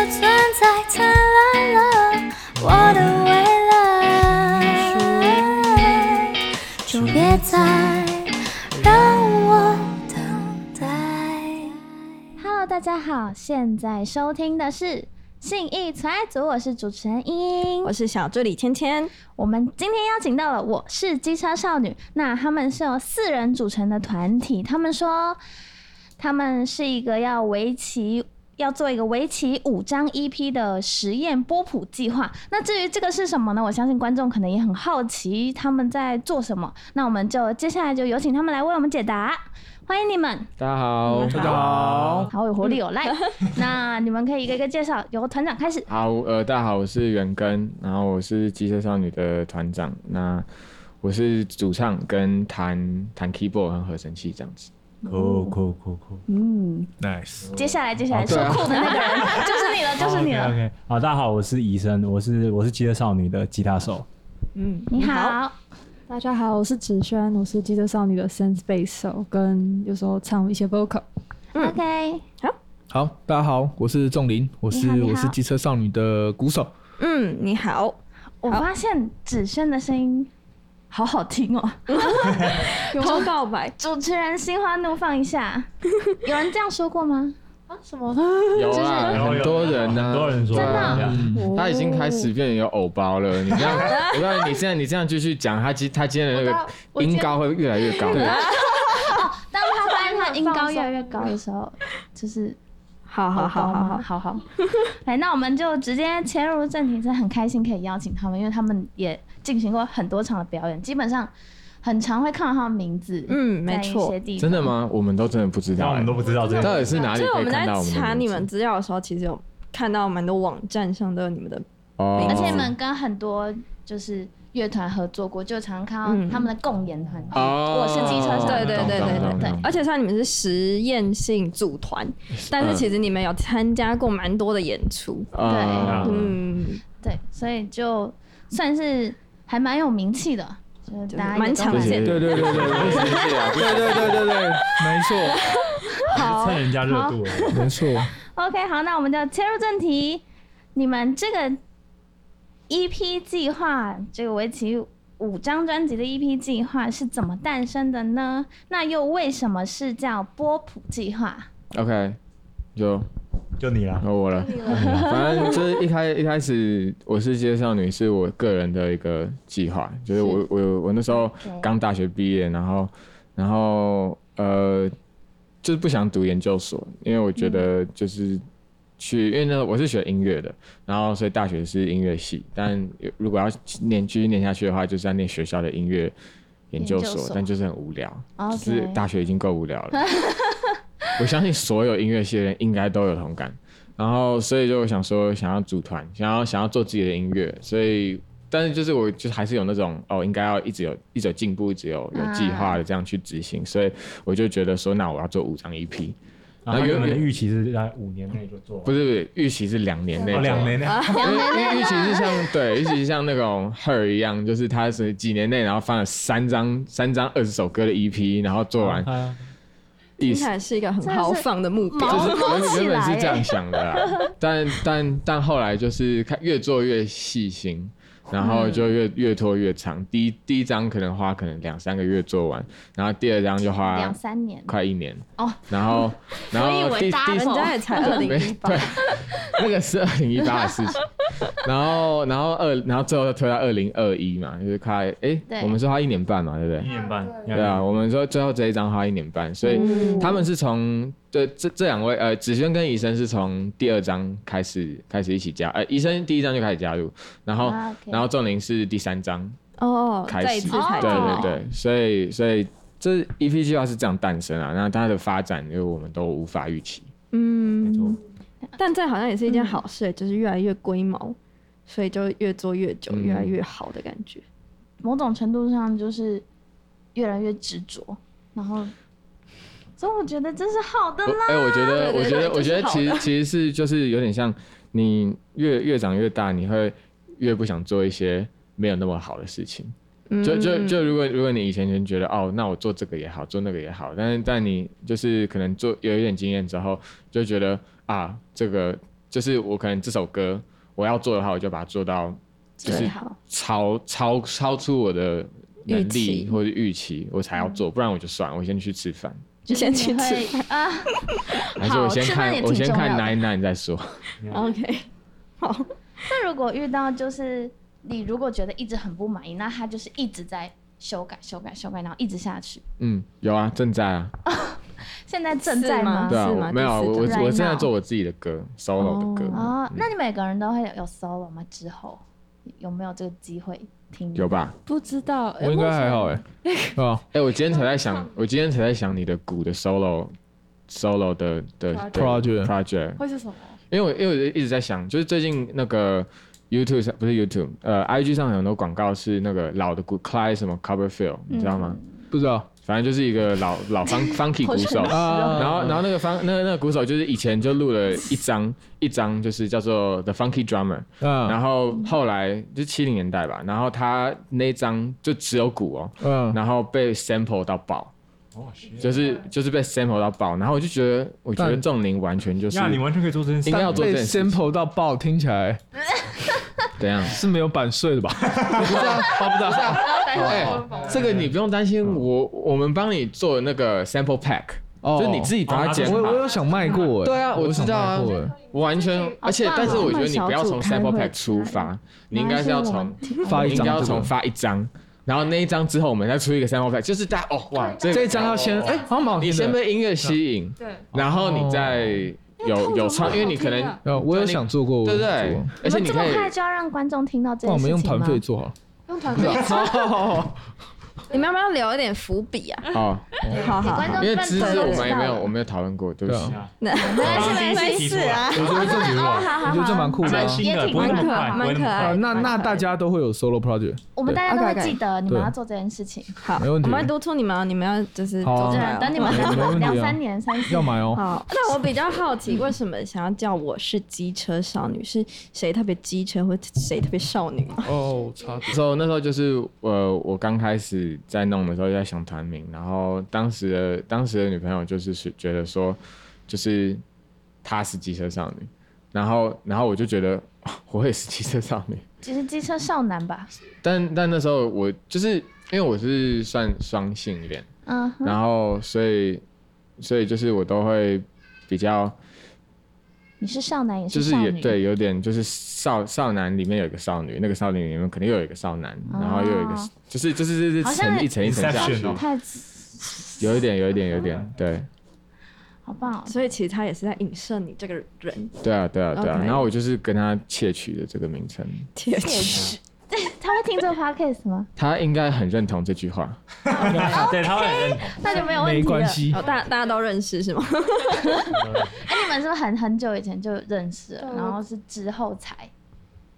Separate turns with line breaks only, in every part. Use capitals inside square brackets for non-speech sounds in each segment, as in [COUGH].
再灿烂了，我的未来，就别再让我等待。
Hello，大家好，现在收听的是《信义存爱组》，我是主持人茵茵。
我是小助理芊芊，
我们今天邀请到了我是机车少女，那他们是由四人组成的团体，他们说他们是一个要围棋。要做一个围棋五张 EP 的实验波普计划。那至于这个是什么呢？我相信观众可能也很好奇他们在做什么。那我们就接下来就有请他们来为我们解答。欢迎你们，
大家好，
大
大家好，
好有活力哦！来， [LAUGHS] 那你们可以一个一个介绍，由团长开始。
好，呃，大家好，我是远根，然后我是机车少女的团长，那我是主唱跟弹弹 keyboard 和合成器这样子。
酷酷酷酷
嗯，
，nice。
接下来，接下来
哦
说
对啊
酷的那个人就是你了，就是你啊
OK
了。
OK，好，大家好，我是医生，我是我是吉他少女的吉他手。
你好，
大家好，我是芷萱，我是记得少女的 sense bass 手，跟有时候唱一些 vocal。
嗯
OK，
好，大家好，我是仲林，我
你好
是
你好
我是机车少女的鼓手，
嗯，你好，
我发现子轩的声音好好听哦。
有没有告白？
主持人心花怒放一 [LAUGHS] 下，有人这样说过吗？
什么？
有啊，很多人呢、
很多人说
真的啊
这样
他已经开始变得有偶包了。你这
[LAUGHS]
样，我告诉你，你现在你这样继续讲，他今他今天的那个音高会越来越
[LAUGHS]
高。
啊当他发 [LAUGHS] 现他音高越来越高的时候，就是
好好好好好，
好 [LAUGHS] 好。来，那我们就直接切入正题，真的很开心可以邀请他们，因为他们也进行过很多场的表演，基本上很常会看到他们名字。
嗯，没错。，
真的？吗？我们都真的不知
但
道、欸
我们都不知道这
到
个
底是哪
就
里
是我
可以
们在
看到我们的
查
名
你
字
们资料的时候，其实有看到蛮多网站上都有你们的，
哦
而且你们跟很多就是乐团合作过，就常看
嗯
到他们的共演团体。
哦
我是机车上，
对对对对对
懂
对
懂。
而且虽然你们是实验性组团，但是其实你们有参加过蛮多的演出，
啊
对
嗯，
对，所以就算是还蛮有名气的，就是大家也
蛮
都
常
蛮
见的
对对对对对对对对对对对，没错
啊
蹭人家热度了。
没错，
OK，好，那我们就切入正题。你们这个 EP 计划，这个为期五张专辑的 EP 计划是怎么诞生的呢？那又为什么是叫波普计划？
OK，就
就你啦
然，后哦我了，嗯反正就是一开一开始，我是街少女是我个人的一个计划，就是我我有我那时候刚大学毕业，然后然后呃，就是不想读研究所，因为我觉得就是去，因为呢我是学音乐的，然后所以大学是音乐系，但如果要念继续念下去的话，就是要念学校的音乐研究
研究
所
所，
但就是很无聊，
OK
就是大学已经够无聊了。我相信所有音乐系的人应该都有同感。然后，所以就想说，想要组团，想要想要做自己的音乐，所以，但是就是我就还是有那种哦，应该要一直有一直有进步，一直有有计划的这样去执行，所以我就觉得说，那我要做五张 E EP，
然后原本的预期是在五年内就做完，
不是不是预期是两年内
哦
做，
两年内，
因为因为预期是像对，预期是像那种 Her 一样，就是他是几年内然后翻了三张三张二十首歌的 EP，然后做完
啊
意
听
思
起来是一个很豪放的目标
真。 [LAUGHS]
就是
毛
原
起
本原本
来
是这样想
[LAUGHS]
的啦，但但但后来就是看越做越细心，然后就越越拖越长。
嗯
第一第一张可能花可能两三个月做完，然后第二张就花
两三年
快一年
哦，[LAUGHS]
然后然
我以
后
为
第
搭
第
了
人家也才二
[LAUGHS]
零
没
一
[LAUGHS]
八，
对，那个是二零一八的事
[LAUGHS]
情，然后然后二然后最后又推到二零二一嘛，就是快哎
对，
我们说花一年半嘛，对不对
一？年半，
对啊，，我们说最后这一张花一年半，
嗯
所以
嗯
他们是从这这这两位呃，子轩跟医生是从第二章开始开始一起加，呃，医生第一章就开始加入，然后、
啊，OK
然后仲林是第三章
哦，
开始，
再一次才
对
进
对
来，
对，所以所以这 EP 计划是这样诞生啊，那它的发展因为我们都无法预期，
没错
嗯，但这好像也是一件好事，就是越来越龟毛，所以就越做越久，
嗯
越来越好的感觉。
某种程度上就是越来越执着，然后，所以我觉得这是好的
我
啦。
哎、我觉得，
对
我觉
对对
得，我觉得
这是好
其
的
实其实是就是有点像你越越长越大，你会越不想做一些没有那么好的事情。
嗯
嗯
就就就如果如果你以前就觉得哦，那我做这个也好，做那个也好，但是但你就是可能做有一点经验之后，就觉得啊，这个。就是我可能这首歌我要做的话，我就把它做到就是
最好。
超超超出我的能
预期
力或者预期，我
嗯
才要做，不然我就算，了，我先去吃饭，
就嗯先去
你
吃。
会啊，
还是我先
吃饭
看
也
我
挺
先
重要
看
的
哪一哪再说。
OK，好，
那如果遇到就是你如果觉得一直很不满意，那他就是一直在修改、修改、修改，然后一直下去。
嗯，有啊，正在啊，
现在正在
是吗
吗？
对啊，
是吗
我没有啊，
第
我
四
我
种
我
Right
正在
now
做我自己的歌，solo 的歌，
嗯
哦，那你每个人都会有有 solo 吗？之后有没有这个机会听？
有吧？
不知道，诶
我应该还好 [LAUGHS] 哎，对吧？
哎、我今天才在想，我今天才在想你的鼓的 solo solo 的的的
Project
project，
会是什么？
因为我因为我一直在想，就是最近那个 YouTube 上不是 YouTube，呃，IG 上有很多广告是那个老的鼓 Cly 什么 Coverfield，你知道吗？
不知道
反正就是一个老老
[LAUGHS]
fun funky 鼓手，
啊
然后然后那个方那个那个鼓手就是以前就录了一张一张，就是叫做 The Funky Drummer，
嗯
然后后来就七零年代吧，然后他那张就只有鼓哦，
嗯，
然后被 sample 到爆，
哦
就是就是被 sample 到爆，然后我就觉得，我觉得
但
仲林完全就是
呀，你完全可以做这件事
应该要做这
被
件事
sample 到爆，听起来
怎样？
是没有版税的吧？不是啊，啊 [LAUGHS] 不是啊，
哎，这个你不用担心，
嗯
我我们帮你做那个 sample pack，
哦
就你自己把它剪
我我
好。
有想卖过哎，
对啊，我
有
知
想
道啊
卖过哎，
完全，而且
棒哦
但是我觉得你不要从
慢慢小组
sample
开会
pack 出发，你应该是要从
发
你
一
应该
张
要
这
从
个，
发一张，然后那一张之后我们再出一个 sample pack，就是大家哦哇，这
这
个
一张要先哎，好像蛮好
你
听
先
的。
被音乐吸引，
对，
然后
哦
你再有有唱，因为你可能
呃，我有想做过，
对不
我有想
对
做过？
而且
你
你
们这
可
么
以
快就要让观众听到这件
那我
事
们用
情
团
吗？
费做好了。
用团队
你们要不要留一点伏笔啊？
[LAUGHS]
哦，
好
给
好，
观
好
众
因为
们
芝
都知
芝
道
我们也没有
了
我没有讨论过，对不起
对。啊
那
没事没事啊，
我觉得这挺好，
好
我
好
觉得这蛮
好，
酷的啊。
新的，不会那么快，不会那么
啊，
快。
那那大家都会有 solo project，
我们大家都会
OK，OK
记得你们
对
要做这件事情。
好，
没问题
我们会督促你们哦，你们要就是
好啊
走
对
出来，哦。
等你们
没问题啊
[LAUGHS] 两三年、三四
要
年，
买哦。
好，那我比较好奇，为什么想要叫我是机车少女？是谁特别机车，或谁特别少女吗？
哦，差点。
那时候那时候就是呃，我刚开始在弄的时候就在想团名，然后当时的当时的女朋友就是是觉得说，就是她是机车少女，然后然后我就觉得我也是机车少女，
其实机车少男吧。
但但那时候我就是因为我是算双性恋，
嗯哼，
然后所以所以就是我都会比较
你是少男也
就是
少
也
女，
对，有点就是少少男里面有一个少女，那个少女里面肯定又有一个少男，然后又有一个
哦
就是就是就是
好像
层一层一层下去
Inception 哦，
太
有一点有一点有一
哦
点，对
好棒哦！
所以其实他也是在影射你这个人。
对啊对啊对啊。
OK
然后我就是跟他窃取的这个名称，
天哪，
他会听这个 [LAUGHS] podcast 吗？
他应该很认同这句话。
[LAUGHS]
啊对，他会
哎
很认同。
那就没有问
没
题了。
关系
哦，大大家都认识是吗？
哎，你们是不是很很久以前就认识了，
对
然后是之后才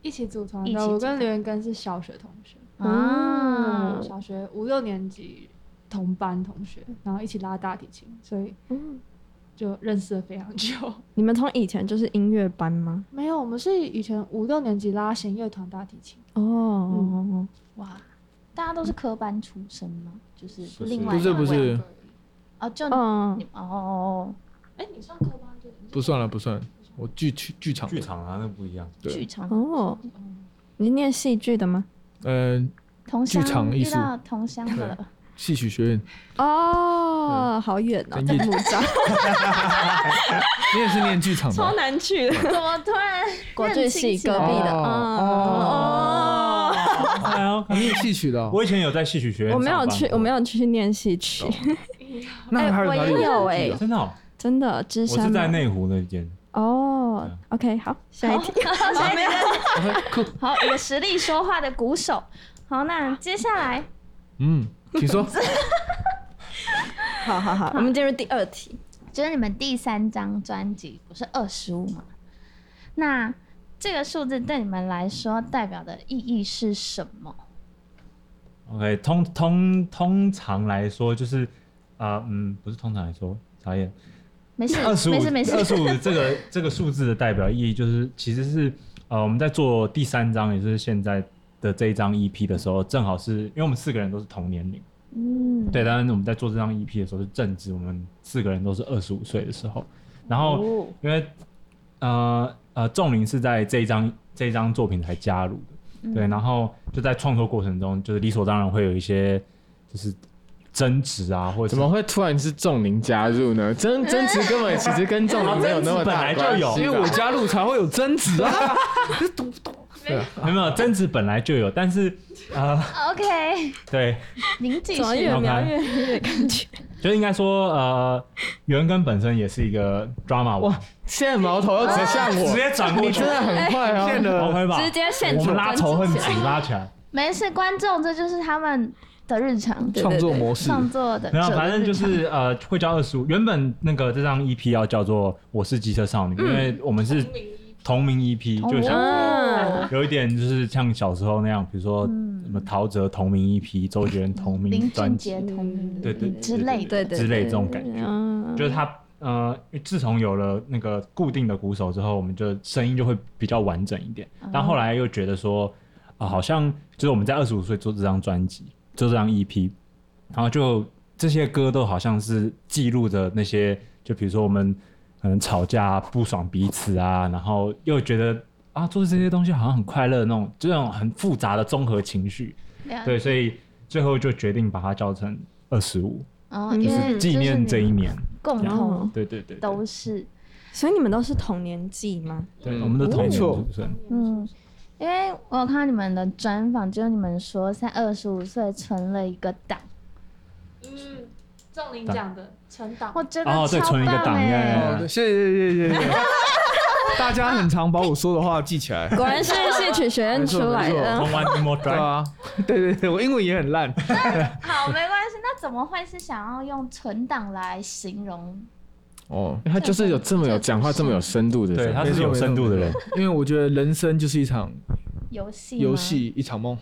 一起组团
一起
的。
组团
我跟刘元根是小学同学，
啊
嗯，？小学五六年级同班同学，然后一起拉大提琴，所以就认识了非常久。
[LAUGHS] 你们从以前就是音乐班吗？
[LAUGHS] 没有，我们是以前五六年级拉弦乐团大提琴，
哦，
哇，大家都是科班出身吗？就是
是
另外
不是不
一位
是，
哦，就
嗯
你，哦，
哎，你算科班对？
不算了不算了，我剧剧剧场
剧，场啊，那不一样。
对
剧场
哦，你是念戏剧的吗？
嗯，
同乡
剧场艺
遇
术
到同乡的了，
戏曲学院，
嗯
哦，好远哦，
在
在
夜
木栅，
你也是念剧场
[LAUGHS] 超
的？
难去的。
[LAUGHS] 怎么突然
国剧
认清
系
起
隔
来
壁
[LAUGHS]
的，
哦
哦，
哎呦
你也戏曲的哦？
我以前有在戏曲学院，
我没有去，我没，有去念戏曲，
那还有
我
哪里
也有哎
戏剧啊
真的哦，
[LAUGHS] 真的，芝
我
山
是
吗
在内湖那间。
哦，OK，好，
[LAUGHS]
下一题，
[LAUGHS]
好，有实力说话的鼓手。好，那接下来
嗯，请说。
好好好，我们进入第二题，
就是你们第三张专辑不是二十五吗？那这个数字对你们来说代表的意义是什么？
OK，通通通常来说就是啊、嗯，不是通常来说，傻眼，
没事
[LAUGHS] 二十五，
没事没事
二。十五这个这个数字的代表意义就是，其实是呃我们在做第三张，也就是现在的这一张 EP 的时候，正好是因为我们四个人都是同年龄，
嗯，
对，当然我们在做这张 EP 的时候是正值我们四个人都是二十五岁的时候，然后
哦
因为呃。呃，仲林是在这一张这一张作品才加入
嗯
的，对，然后就在创作过程中，就是理所当然会有一些就是争执啊，或者
怎么会突然是仲林加入呢？争争执根本其实跟仲林没有那么大
啊
[LAUGHS]
争执本来就有
关系
因为我加入才会有争执啊。
没有没有争执本来就有，但是呃，
[LAUGHS] OK，
对，
您继
转
续
越
OK
描越黑的感觉，
[LAUGHS] 就应该说呃，袁根本身也是一个 drama 王，
[LAUGHS] 现在矛头又指向
[LAUGHS]
直
我，
接转过
你
去
真的很快啊！
现的
，OK 吧？
直接现
我
主
们拉
观
仇恨
之
值拉起来，
没事，观众这就是他们的日常，对
创作模式，
创作的
没有，啊
者的
反正就
日常
是呃，会叫二十五。原本那个这张 EP 要叫做《我是机车少女》，因为我们是同名 EP，就想
嗯，
有一点就是像小时候那样，比如说什么陶喆同名 EP，周杰伦同名
林
专
俊
辑
杰同名
对对对
之类的。
对对
之类这种感觉，
嗯，
就是他呃，自从有了那个固定的鼓手之后，我们就声音就会比较完整一点。
哦
但后来又觉得说，啊、好像就是我们在二十五岁做这张专辑，做这张 EP，然后就这些歌都好像是记录着那些，就比如说我们可能吵架、啊、不爽彼此啊，然后又觉得啊，做这些东西好像很快乐那种，就那种很复杂的综合情绪。
了
对，所以最后就决定把它叫成二十五，
哦，
嗯
因
就
为
是纪
就是
念
你
这一年。
共同
对对对对
都是，
哦所以你们都是同年纪吗？
对，
嗯
我们的
没
童年
错
主持人，
嗯，因为我有看到你们的专访，就是你们说在二十五岁存了一个档，
嗯，仲林讲的存档
我觉得
哦对
超
存一个
棒
档
哎、
耶
哦，谢谢谢谢谢谢。
[LAUGHS]
大家很常把我说的话记起来，
啊
果然是戏曲学院出来
没错没
的
从，One More
对
Drive，
啊，对对对，我英文也很烂，
好，没关系。那怎么会是想要用存档来形容？
哦，他就是有这么有讲话这么有深度的人，
对，他是有深度的人，
因为我觉得人生就是一场
游戏吗
游，戏，一场梦。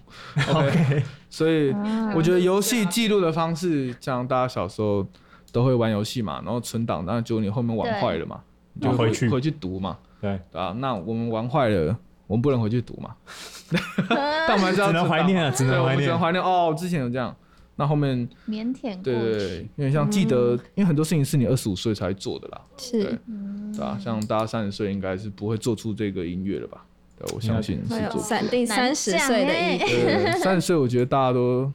OK，所以
啊
我觉得游戏记录的方式，像大家小时候都会玩游戏嘛，然后存档，然后结果你后面玩坏了嘛，你就
然后回去
回去读嘛，
对，
对啊，那我们玩坏了，我们不能回去读嘛，
[LAUGHS]
但我们还是要
只能
存档
怀念啊，只
对，
能
我
怀
们只能
念。
怀念哦，之前有这样。那后面，
腼腆
对对
过
对
去，，
哦
有点像记得，
嗯
因为很多事情是你二十五岁才做的啦，
是
对
嗯
吧、像大家三十岁应该是不会做出这个音乐了吧？对，我相信是
会有
做。
闪哦定三十岁的
难
一
讲欸
三十岁，我觉得大家都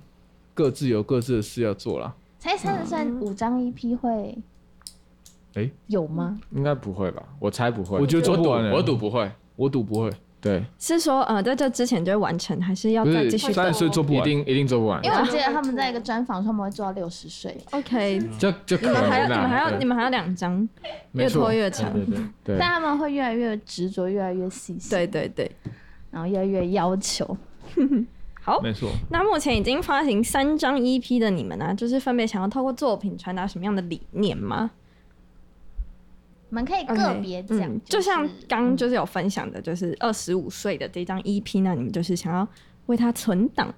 各自有各自的事要做啦。
[LAUGHS] 才三十岁，五张 EP 会，
诶
有吗？
应该不会吧？我猜不会，
我觉得做
我
不
赌
完欸
我赌不会，
我赌不会，
对，
是说呃在这之前就会完成，还是要
不
再
是
继续
三十岁做不
一
完。
定一定做不完
因，为我记得他们在一个专访说他们会做到六十岁，
？OK，
就就可
你们还
能
要你们还
啦
要你，们还要两张，
没
越
错嗯
拖越长。
对对对，
但
对对，
他们会越来越执着，越来越细心，
对，对对，
然后越来越要求。
好。
没错，
那目前已经发行三张 EP 的你们呢、就是分别想要透过作品传达什么样的理念吗？
你们可以个
OK，
别讲
嗯，
就
就是像刚就是有分享的，就是二十五岁的这张 EP 呢，你们就是想要为它存档。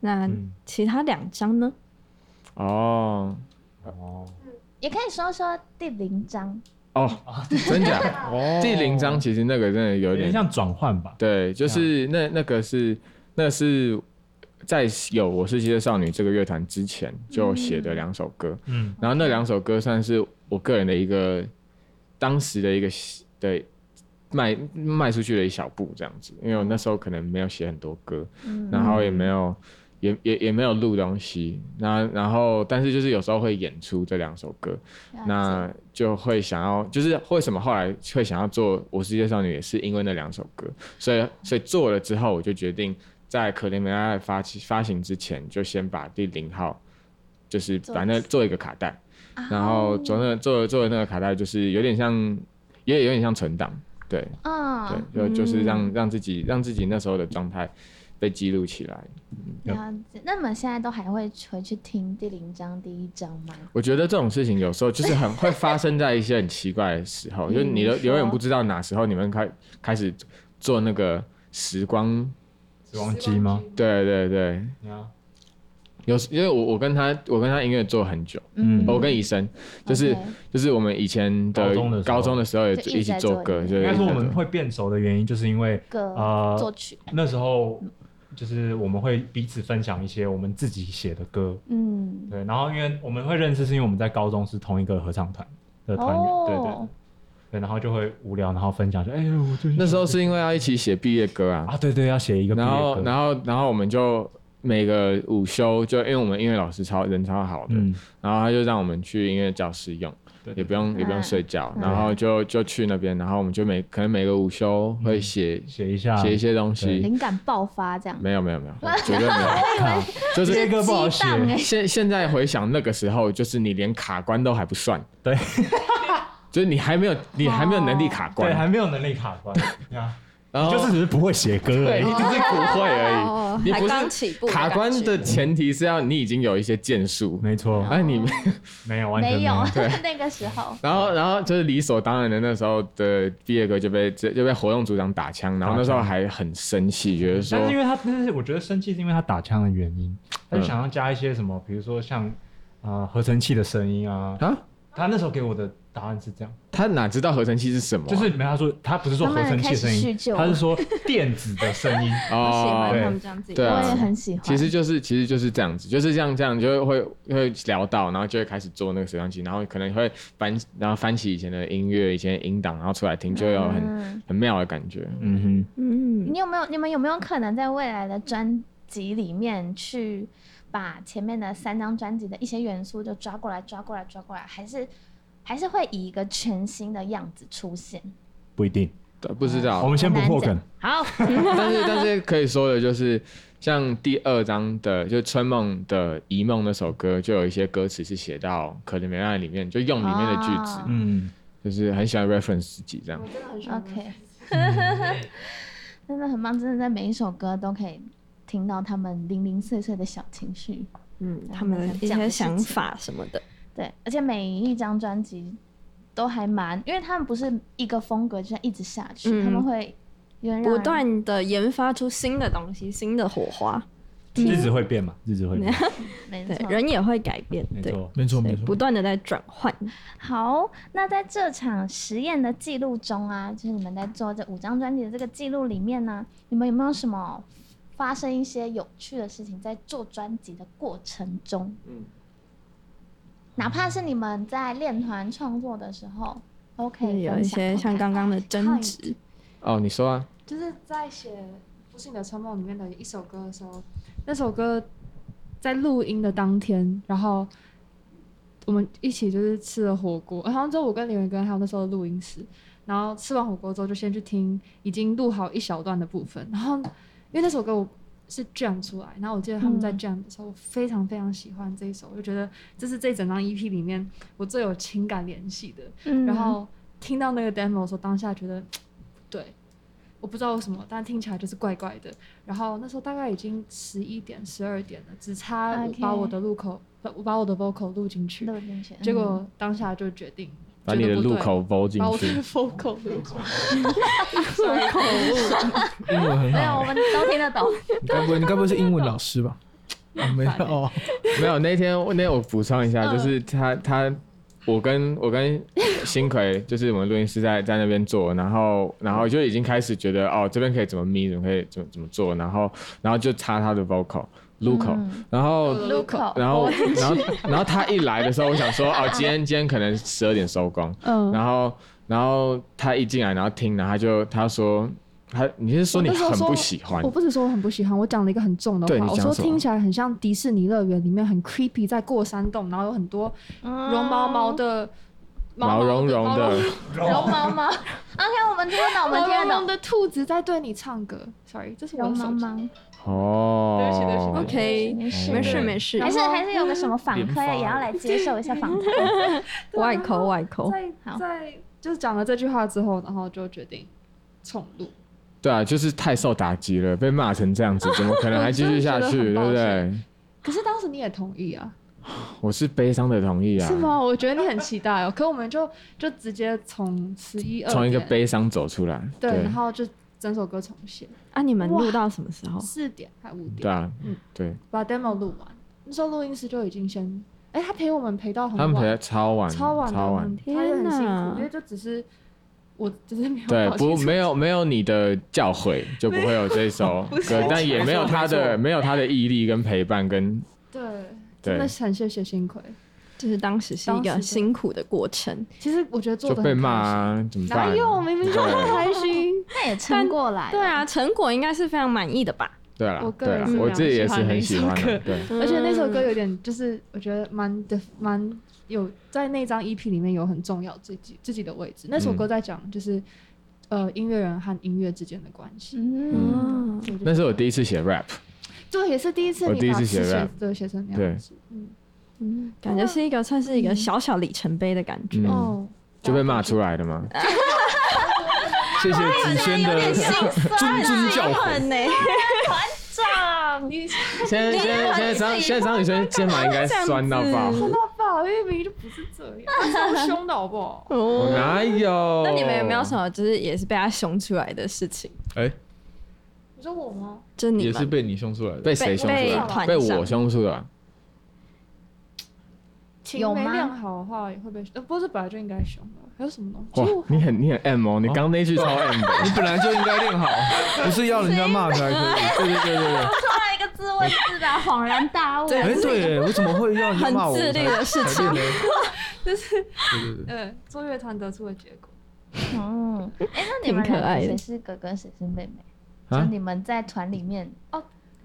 那
嗯
其他两张呢？
哦
哦，
也可以说说第零章，
哦，真
[LAUGHS]
假？
哦
第零章其实那个真的有
有点
点
像转换吧，
对，就是那那个是那是在有《我是街的少女》这个乐团之前就写的两首歌，
嗯，
然后那两首歌算是我个人的一个当时的一个的迈迈出去的一小步这样子，因为我那时候可能没有写很多歌，
嗯
然后也没有。也也也没有录东西，那然后但是就是有时候会演出这两首歌，
啊
那就会想要，就是为什么后来会想要做《我是街少女》，也是因为那两首歌，所以所以做了之后，我就决定在《可怜没爱》发起发行之前，就先把第零号，就是把那做一个卡带，然后做那做了做了那个卡带，就是有点像，也有点像存档，对
嗯，
对，就就是让让自己让自己那时候的状态被记录起来。
了解。那你们现在都还会回去听第零章、第一章吗？
我觉得这种事情有时候就是很会发生在一些很奇怪的时
[LAUGHS]
候，就是你的
说
永远不知道哪时候你们开开始做那个时光，
时光机吗？
对对对，
啊
有时因为我我跟他我跟他音乐做很久，
嗯
我跟以生就是
OK
就是我们以前的
高中的时候
高中的时候也
就
一
一直
起
在
做
做
歌，
音乐
就
应
是
该说我
一起
们
做
会变熟的原因，就是因为
歌
啊
呃
作曲，
那时候就是我们会彼此分享一些我们自己写的歌，
嗯，哦
对，然后因为我们会认识，是因为我们在高中是同一个合唱团的团员，对对对。对，然后就会无聊，然后分享说，哎、我最近
那时候是因为要一起写毕业歌啊，
啊，对对，要写一个毕业
然后
歌，
然
后
后然后我们就每个午休就因为我们音乐老师超人超好的，
嗯，
然后他就让我们去音乐教室用，
对
也不用也不用睡觉，
嗯
然后就就去那边，然后我们就每可能每个午休会写
写一下，
写一些东西，
灵感爆发这样。
没有没有没有，绝对没
[LAUGHS]
有，
卡，
就是
这个不好
激
写，
荡欸
现现在回想那个时候，就是你连卡关都还不算，
对，
[LAUGHS] 就是你还没有你还没有能力卡
对，
关，
还没有能力卡关， [LAUGHS] 呀
然
哦
后
就是只是不会写歌而
对，
已
你。只是不会而
哦
已，你
还
不
刚
是
起步，
卡关的，前提是要你已经有一些建树，
没错，
哎你 [LAUGHS]
没有完全
没有 [LAUGHS]
有，
对
那个时候，
然后，然后就是理所当然的，那时候的毕业歌就被就就被活动组长打枪，然后那时候还很生气，觉得说
嗯但是因为他，但是我觉得生气是因为他打枪的原因，
嗯
他就想要加一些什么，比如说像啊合成器的声音啊。
嗯
啊，
他那时候给我的答案是这样，
他哪知道合成器是什么啊、
就是没有他说他不是说合成器的声
慢慢开始叙
音
旧，
他是说电子的声
[LAUGHS]
音。
我喜欢
哦，
他们这样自己。
对啊
我也很喜欢。
其实就是其实就是这样子，就是这样这样就会会会聊到，然后就会开始做那个摄像机，然后可能会翻然后翻起以前的音乐、以前的音档，然后出来听，就会有很、
嗯
很妙的感觉。
嗯
嗯，
你有没有你们有没有可能在未来的专辑里面去把前面的三张专辑的一些元素就抓过来、抓过来、抓过来，还是还是会以一个全新的样子出现？
哼，不一定。
对不知道
我，们先不
很难
破
讲
梗，
好，
但是但是可以说的就是，像第二章的就《春梦》的《遗梦》那首歌，就有一些歌词是写到《可怜没爱》里面，就用里面的句子，
哦
嗯，
就是很喜欢 reference 自己这样。
OK，真的很棒，真的在每一首歌都可以听到他们零零碎碎的小情绪。
嗯，他们的一些想法什么的，
对，而且每一张专辑都还蛮，因为他们不是一个风格，就像一直下去，
嗯
他们会有点让
不
人
断的研发出新的东西，新的火花。
日子会变嘛，日子会变，
没
对，
错。
人也会改变，
没
对，
错。
没错
对，不断的在转换。
好，那在这场实验的记录中啊，就是你们在做这五张专辑的这个记录里面呢、你们有没有什么发生一些有趣的事情在做专辑的过程中？
嗯
哪怕是你们在练团创作的时候都可以
有
分
一
享
些
看
像
看
刚刚的争执，
哦，你说啊，
就是在写《不是你的春梦》里面的一首歌的时候，那首歌在录音的当天，然后我们一起就是吃了火锅，好像就我跟李元根还有那时候的录音师，然后吃完火锅之后就先去听已经录好一小段的部分，然后因为那首歌我。是 jam 出来，然后我记得他们在
嗯
jam 的时候，我非常非常喜欢这一首，我就觉得这是这整张 EP 里面我最有情感联系的。
嗯
然后听到那个 demo 的时候，当下觉得不对，我不知道为什么，但听起来就是怪怪的。然后那时候大概已经十一点、十二点了，只差我
啊 OK
把我的路口把我把我的 vocal 录进去，
录嗯进去，
结果当下就决定
把你的
觉得不
路
对
口包进
把我的
去，
vocal 录口，
英文很
没有，我
好欸。
们都听得懂。
你该不会你该不会是英文老师吧？哦没有哦，
[LAUGHS] 没有那天我那我补充一下，就是他他。我跟我跟新葵，就是我们录音师在在那边做，然后然后就已经开始觉得哦，这边可以怎么咪，怎么可以怎么怎么做，然后然后就插他的 vocal 路口，
嗯
然后
路
哦
口，
哦然后，然后，然后他一来的时候，我想说，
[LAUGHS]
哦，今天今天可能十二点收工。
嗯，
然后，然后他一进来，然后听，然后他就他说，他你是说你
我那时候
很
说
不喜欢
我？不是说我很不喜欢，我讲了一个很重的
对
话，
你
我
讲
说
什么
听起来很像迪士尼乐园里面很 creepy，在过山洞，然后有很多
哦
绒毛毛的。毛
毛茸茸
毛
的，
绒毛毛。OK，我们听得懂，我
我
们
们
听
听
得
[LAUGHS]
得
懂。
的兔子在对你唱歌。Sorry，这是我
绒
的手
毛
机。
毛，
哦
对不起对不起对不，起
OK，
没事
没事没事，
还是还是有个什么访
连
客
发
也要来接受一下访谈。
外口外口，
好
啊在在就是讲了这句话之后，然后就决定重录。
对啊，就是太受打击了，被骂成这样子，怎么可能还继续下
[LAUGHS] 我
去？对
真的觉得
不
很抱
对？
可是当时你也同意啊，
我是悲伤的同意啊
是，吗？我觉得你很期待哦。可我们就就直接从十一二
从一个
点
悲伤走出来。
哦对，
对
然后就整首歌重写，
啊，你们录到什么时候？
四点还五
哦对
点
啊
嗯，
对，
把 demo 录完。那时候录音师就已经先，哎，他陪我们陪到很
他们陪他，
晚
超晚，
超晚的，
超
我
晚
们。他也很辛
天
苦
哪，
因为就只是我只是没有
对
搞，清
不
楚
没有没有你的教诲，就不会有这首歌，但也没有他
没错没
的
错
没有他的毅力跟陪伴跟
对，
对
真的很谢谢幸亏。
就是当时是一
当时
个
的
辛苦的过程，
其实我觉得做
就
的
被骂啊，怎么办？
哪有？明明就很开心。 [LAUGHS]
那也撑过来了。
对啊，成果应该是非常满意的吧？
对啦
我，个
对
人
啦
是，非
我
常
自己
喜
也是
欢的
很
一
喜
首
欢的，
歌
对，
而且那首歌有点就是，我觉得蛮的蛮有在那张 EP 里面有很重要自己自己的位置。那首歌在讲就是、呃音乐人和音乐之间的关系。
嗯，
嗯，
那是我第一次写 rap，
对，也是第一次
我
你
第一
把
次
诗
写
写
rap
对写成那
对
样子，嗯
感觉是一个算是一个小小里程碑的感觉。
嗯，
哦，
就被骂出来的嘛。
谢谢子轩的谆谆教诲。
呢，
现在现在现在张现在张雨生肩膀应该酸到爆，
说到爆，因为明明就不是这样，超凶的好不好？
我
哦，
哪有？
那你们有没有什么就是也是被他凶出来的事情？
哎，
[LAUGHS] 你说我吗？
就你
也是
们
被你凶出来的。
被谁凶出
被
来？
团
被
长
我凶出来。
琴
有
没
吗
练好的话也会被，呃，不过这本来就应该凶的。还有什么东西？
哇
其实我，
你很你很 M 哦，你刚那句超 [LAUGHS] M 的。
[LAUGHS] 你本来就应该练好， [LAUGHS] 不是要人家骂才可以。对对对对对。
突然一个自问自答，恍然大悟。
对
哎，对耶，我怎么会要人家骂我？
很自律的事情
情。就是，对对对，
呃，做乐团得出的结果，
嗯，哎，那你们
挺可
两
爱
个
的
谁是哥哥，谁是妹妹？
啊
就你们在团里面，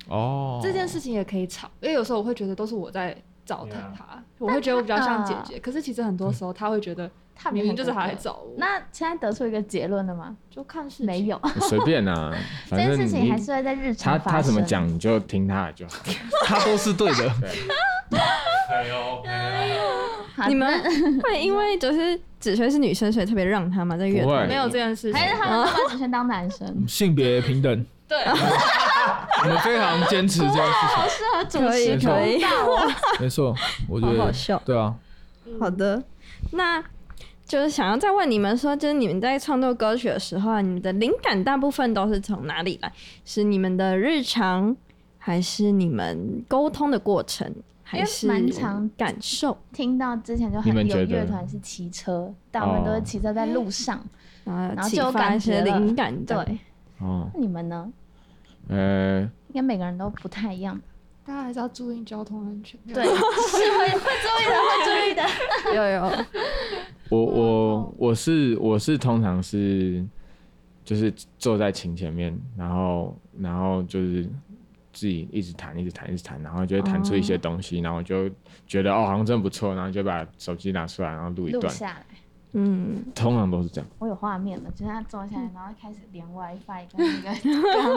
哦，
这件事情也可以吵，因为有时候我会觉得都是我在找他
Yeah
啊
他，我会觉得我比较像姐姐，可是其实很多时候他会觉得
他
明明就是他
还
来找我，
那现在得出一个结论了吗？
就看是
没有，
随便啊，
这
反
件
正
事情
你
还是会在日
他
常发生。
他怎么？讲你就听他的就好。
他都是对的。，
哎呦，哎呦
好
你们 [LAUGHS] 会因为就是子萱是女生，所以特别让她吗？在乐
不会
团
没
有这件事情
还。是他们都把子轩当男生
[LAUGHS]
性别
[LAUGHS]
平等，
对，
我们非常坚持这件事情。
好适合主
可
持
以
没错
可以，
没错，我觉
好好
得
笑
对啊，
好的，那就是想要再问你们说，就是你们在创作歌曲的时候啊，你们的灵感大部分都是从哪里来？是你们的日常，还是你们沟通的过程，还是
因为蛮常
感受？
听到之前就
你
很
们
有
觉得嗯
乐团是骑车，大部分都是骑车在路上。
然
然
后
后
啊启
就有
发一
感觉
些
了
灵感的。
对，
哦，
那你们呢？
呃，
应该每个人都不太一样。
大家还是要注意交通安全。
对，是会会注意的，会注意的。
有有，
我我我是我是通常是就是坐在琴前面，然后然后就是自己一直弹一直弹一直弹，然后就会弹出一些东西，然后我就觉得哦好像真不错，然后就把手机拿出来，然后录一
录
段，
下来，
[LAUGHS] 嗯，
通常都是这样。
我有画面了，就是他坐下来，然后开始连 WiFi 跟那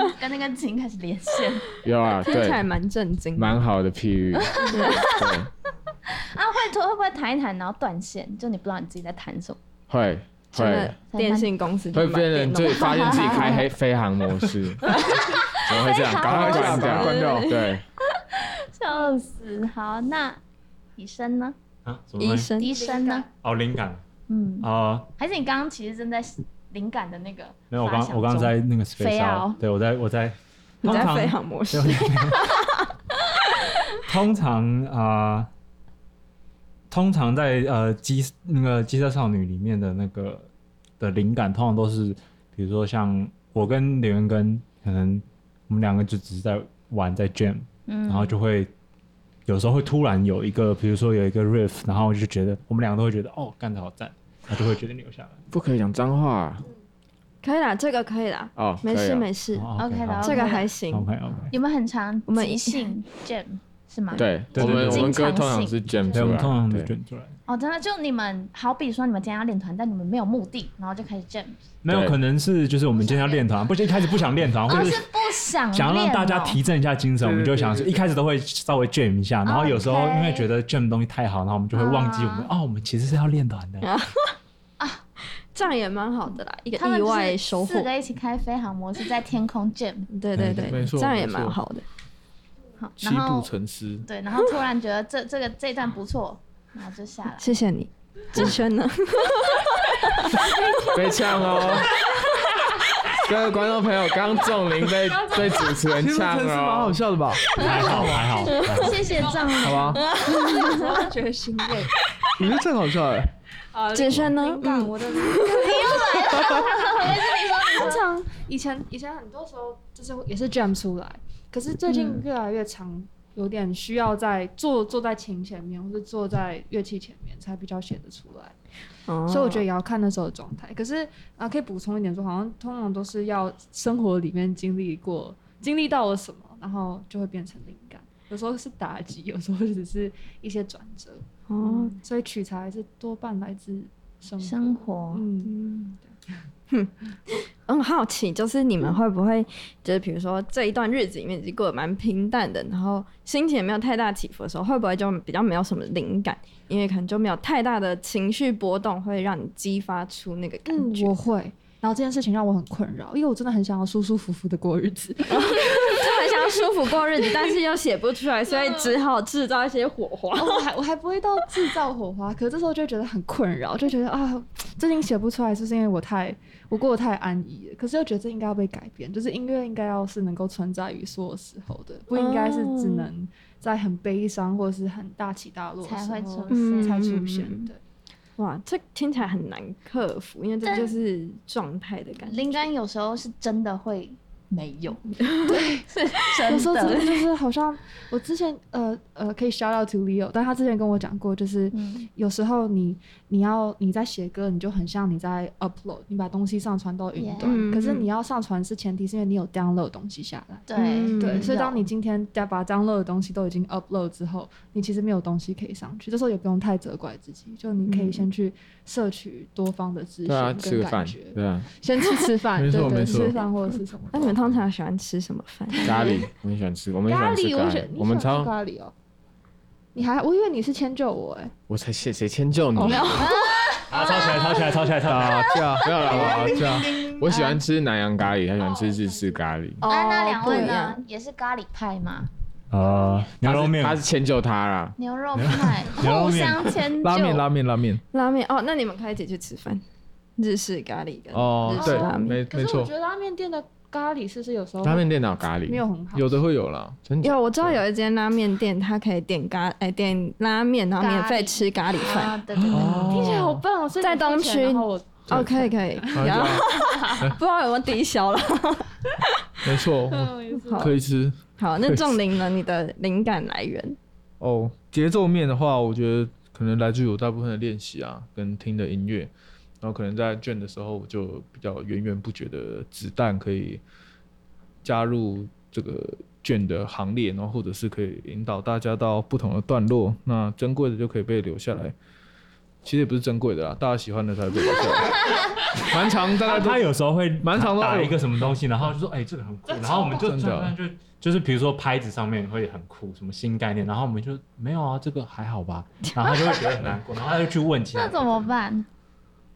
个 [LAUGHS] 跟跟那个琴开始连线。
有啊，
听起
对，
来蛮震惊的。
蛮好的譬喻。对，
[LAUGHS] 啊，会突会不会弹一弹，然后断线，就你不知道你自己在弹什么。
会
真
会
的，电信公司就
会
买
变
电
成
脑 [LAUGHS]
自己发现自己开黑飞航模式，怎么会这样？赶快关掉，
关掉
对，
笑死！好，那医生呢？
啊，什么
医
东西？
生
医生呢？
哦，灵感
嗯，
啊，
还是你刚刚其实正在灵感的那个
没啊有，我
发
刚
想
我刚刚
中
在那个
飞
space
啊哦
out，对我在我在，
你
通
在
常
飞航模式，
通常啊、呃通常在呃机那个机车少女里面的那个的灵感，通常都是比如说像我跟刘元根，可能我们两个就只是在玩在 jam，、
嗯
然后就会有时候会突然有一个，比如说有一个 riff，然后就觉得我们两个都会觉得哦干得好赞，然后就会决定留下来。
不可以讲脏话啊
[LAUGHS] 可以啦，这个可以啦，
哦，
没
可以
事
啊
没事，
哦
OK 嗯的
这个还行。
OK OK，
你们很常
我们
即兴 jam 是吗？。
对，
对
我
对
们
对
我们歌
经常
通常是 jam
对，我
出
们通常
来，
会
对，
卷出来。
哦，真的，就你们好比说你们今天要练团，但你们没有目的，然后就开始 jam，
没有，
对
可能是就是我们今天要练团，不是一开始不想练团，或
哦，
者
是不想哦
想要让大家提
提，
振一下精神，
对
我们就想说
对对
一开始都会稍微 jam 一下，然后有时候
哦 OK
因为觉得 jam 的东西太好，然后我们就会忘记我们
啊
哦，我们其实是要
[LAUGHS]
练团的。
这样也蛮好的啦，一
他们
个意
就是
外收获
四。个一起开飞航模式在天空 jam，
对对
哎
对，
没错
这样也
没
蛮
错
好的。
好，
七
然
步
后
成诗。
[LAUGHS] 对，然后突然觉得这这个这一段不错，然后就下来。
谢谢你，志轩呢？
被呛哦。各位观众朋友，刚仲林被被主持人
七步
呛
成诗蛮好
哦，
笑的吧？
还好还好，还好
谢谢藏
好吧，
我觉得欣慰。
我觉得这很好笑哎。
啊，
志轩呢？
灵感，
嗯，
我的通常
嗯
以前以前很多时候就是也是 jam 出来，可是最近越来越常有点需要在坐坐在琴前面，或是坐在乐器前面，才比较写得出来。
哦
所以我觉得也要看那时候的状态。可是啊，可以补充一点说，好像通常都是要生活里面经历过、经历到了什么，然后就会变成灵感。有时候是打击，有时候只是一些转折。
哦，
嗯，所以取材是多半来自生活。
生活，
嗯，
嗯，好奇就是你
嗯
们会不会就是比如说这一段日子里面已经过得蛮平淡的，然后心情也没有太大起伏的时候，会不会就比较没有什么灵感？因为可能就没有太大的情绪波动，会让你激发出那个感
嗯
觉。
我会。然后这件事情让我很困扰，因为我真的很想要舒舒服服的过日子。
就很想舒服过日子，但是又写不出来，所
嗯
以只好制造一些火花。
哦我还我还不会到制造火花，可是这时候就觉得很困扰，就觉得啊，最近写不出来，是不是因为我太我过得太安逸了？可是又觉得这应该要被改变，就是音乐应该要是能够存在于所有时候的，不应该是只
哦
能在很悲伤或者是很大起大落的
才
时
会
候
出现
才出
嗯
现的。
哇，这听起来很难克服，因为这
但
就是状态的感觉。
灵感有时候是真的会没
[LAUGHS]
有，
有
对，
时
是
候
真
真的
的。
就是好像我之前呃呃可以 shout out to Leo，但他之前跟我讲过，就是
嗯
有时候你你要你在写歌，你就很像你在 upload，你把东西上传到云
Yeah
端
嗯
可是你要上传是前提是因为你有 download 东西下来。
对
对，
嗯
所以当
有
你今天再把 download 的东西都已经 upload 之后，你其实没有东西可以上去，这时候也不用太责怪自己，就你可
嗯
以先去摄取多方的资
对啊，
讯
吃
跟
个饭
感觉，，
对啊，
先去
[LAUGHS]
吃饭，
没
对
错没
对，
错
吃饭或者是什么。
那你们通常喜欢吃什么饭？
咖喱我很喜欢吃，我们很喜欢吃
我
咖
选
喱，我们超
超咖喱哦。你还我以为你是迁就我哎，
我才谁谁迁就你？
哦
没
没
有
有
啊，抄起来，抄起来，抄起来，
[LAUGHS]
抄！
打架，
没有啦，我
打架，
我喜欢吃南洋咖喱，他喜欢吃日式咖喱。
哦
啊，那两位？
不一样
呢？也是咖喱派
[LAUGHS]
吗？
啊，牛肉面
他是迁就他啦。
牛肉派，
牛肉
互
面
相迁就。
拉面拉面拉面，
拉面哦，那你们可以一起去吃饭，日式咖喱跟
哦
日，式
对
拉，面。
没
可
没
是我
错
觉，得拉面店的咖喱是不是有时候
拉面店哪有咖喱？
没有，很好？
有的会有啦，
真的。
有，我知道有一间拉面店，它可以点咖哎点拉面，然后免费吃咖喱
啊，
饭。
对对对，
听起来好棒哦！所以
在
你付
东
钱
区
然后我
哦，可以可以，
啊
[LAUGHS] 然后
对
不知道有没有抵消了。 [LAUGHS]
没错，
好
可以吃。
好，那仲林呢？你的灵感来源？
哦，节奏面的话，我觉得可能来自于我大部分的练习啊，跟听的音乐，然后可能在卷的时候，我就比较源源不绝的子弹可以加入这个卷的行列，然后或者是可以引导大家到不同的段落，那珍贵的就可以被留下来。其实也不是珍贵的啦，大家喜欢的才会被留下来。蛮长，大
他
概都
他有时候会
蛮常都
打一个什么东西，然后就说哎、这个很
[LAUGHS]
酷，然后我们就
真的
突然就就是比如说拍子上面会很酷，什么新概念，然后我们就没有啊，这个还好
[LAUGHS]
吧，然后他就会觉得很难过，然后他就去问其他
那
人，
怎么办？